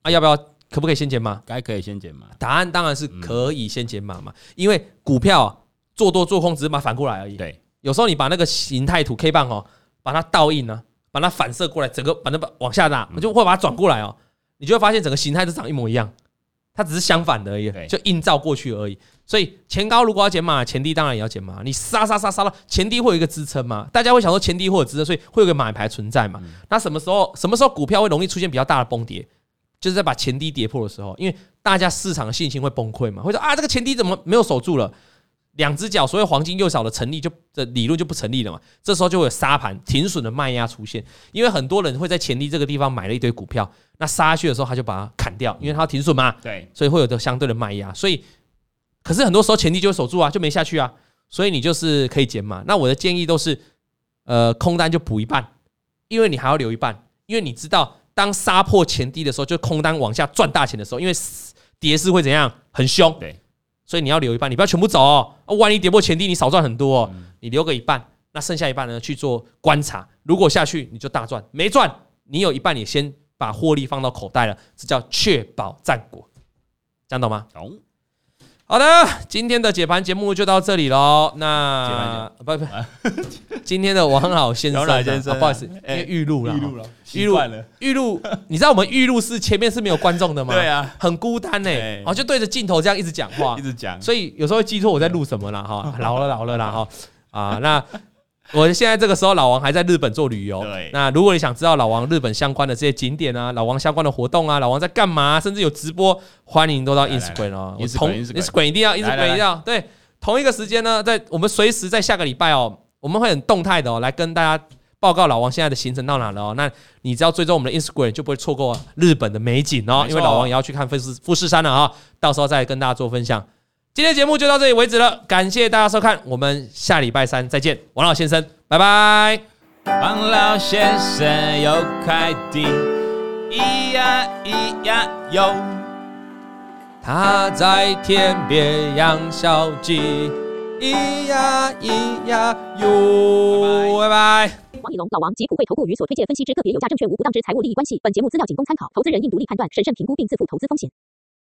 [SPEAKER 3] 啊，要不要可不可以先减码？
[SPEAKER 1] 该可以先减嘛，
[SPEAKER 3] 答案当然是可以先减码嘛，因为股票啊做多做空只是把它反过来而已。
[SPEAKER 1] 对，
[SPEAKER 3] 有时候你把那个形态图 K 棒哦，把它倒映呢、啊，把它反射过来，整个把它往下拉，我就会把它转过来哦，你就会发现整个形态都长一模一样，它只是相反的而已
[SPEAKER 1] 对，
[SPEAKER 3] 就映照过去而已。所以前高如果要减码，前低当然也要减码。你杀杀杀杀到前低会有一个支撑嘛？大家会想说前低会有支撑，所以会有个买盘存在嘛？那什么时候什么时候股票会容易出现比较大的崩跌？就是在把前低跌破的时候，因为大家市场的信心会崩溃嘛，会说啊这个前低怎么没有守住了？两只脚，所谓黄金右脚的成立就的理论就不成立了嘛。这时候就会有杀盘停损的卖压出现，因为很多人会在前低这个地方买了一堆股票，那杀下去的时候他就把它砍掉，因为他要停损嘛，
[SPEAKER 1] 对，
[SPEAKER 3] 所以会有的相对的卖压。所以，可是很多时候前低就会守住啊，就没下去啊，所以你就是可以减码。那我的建议都是，呃空单就补一半，因为你还要留一半，因为你知道当杀破前低的时候，就空单往下赚大钱的时候，因为跌势会怎样很凶，
[SPEAKER 1] 对，
[SPEAKER 3] 所以你要留一半，你不要全部走哦，啊万一跌破前低，你少赚很多、哦，你留个一半，那剩下一半呢去做观察，如果下去你就大赚，没赚你有一半也先把获利放到口袋了，这叫确保战果，这样懂吗？
[SPEAKER 1] 懂，
[SPEAKER 3] 好的，今天的解盘节目就到这里喽。那不不， (laughs) 今天的王老先生啊，
[SPEAKER 1] 王老先生啊
[SPEAKER 3] 啊不好意思，因
[SPEAKER 1] 哎
[SPEAKER 3] 为预录了，
[SPEAKER 1] 预录了，
[SPEAKER 3] 预
[SPEAKER 1] 习
[SPEAKER 3] 录
[SPEAKER 1] 惯了，
[SPEAKER 3] 预录，你知道我们预录是前面是没有观众的吗？
[SPEAKER 1] 对，啊，
[SPEAKER 3] 很孤单呢
[SPEAKER 1] 哎，
[SPEAKER 3] 哦，就对着镜头这样一直讲话
[SPEAKER 1] 一，直讲，
[SPEAKER 3] 所以有时候会记错我在录什么
[SPEAKER 1] (laughs)
[SPEAKER 3] 啦哈，老了老了啦哈啊，那我现在这个时候老王还在日本做旅游
[SPEAKER 1] 对，
[SPEAKER 3] 那如果你想知道老王日本相关的这些景点啊，老王相关的活动啊，老王在干嘛、甚至有直播，欢迎都到
[SPEAKER 1] 来来来
[SPEAKER 3] Instagram 哦，我
[SPEAKER 1] Instagram，
[SPEAKER 3] 同
[SPEAKER 1] Instagram
[SPEAKER 3] Instagram 一定要
[SPEAKER 1] 来来
[SPEAKER 3] Instagram 一定要对，同一个时间呢，在我们随时在下个礼拜哦，我们会很动态的哦，来跟大家。报告老王现在的行程到哪了哦？那你只要追踪我们的 Instagram，就不会错过日本的美景哦
[SPEAKER 1] 没。错
[SPEAKER 3] 因为老王也要去看富士富士山了啊、到时候再跟大家做分享。今天的节目就到这里为止了，感谢大家收看，我们下礼拜三再见，王老先生，拜拜。
[SPEAKER 1] 王老先生有快递，咿呀咿呀哟，
[SPEAKER 3] 他在天边养小鸡，咿呀咿呀哟，拜拜。
[SPEAKER 4] 王以龙、老王及普惠投顾与所推荐分析之个别有价证券无不当之财务利益关系。本节目资料仅供参考，投资人应独立判断、审慎评估并自负投资风险。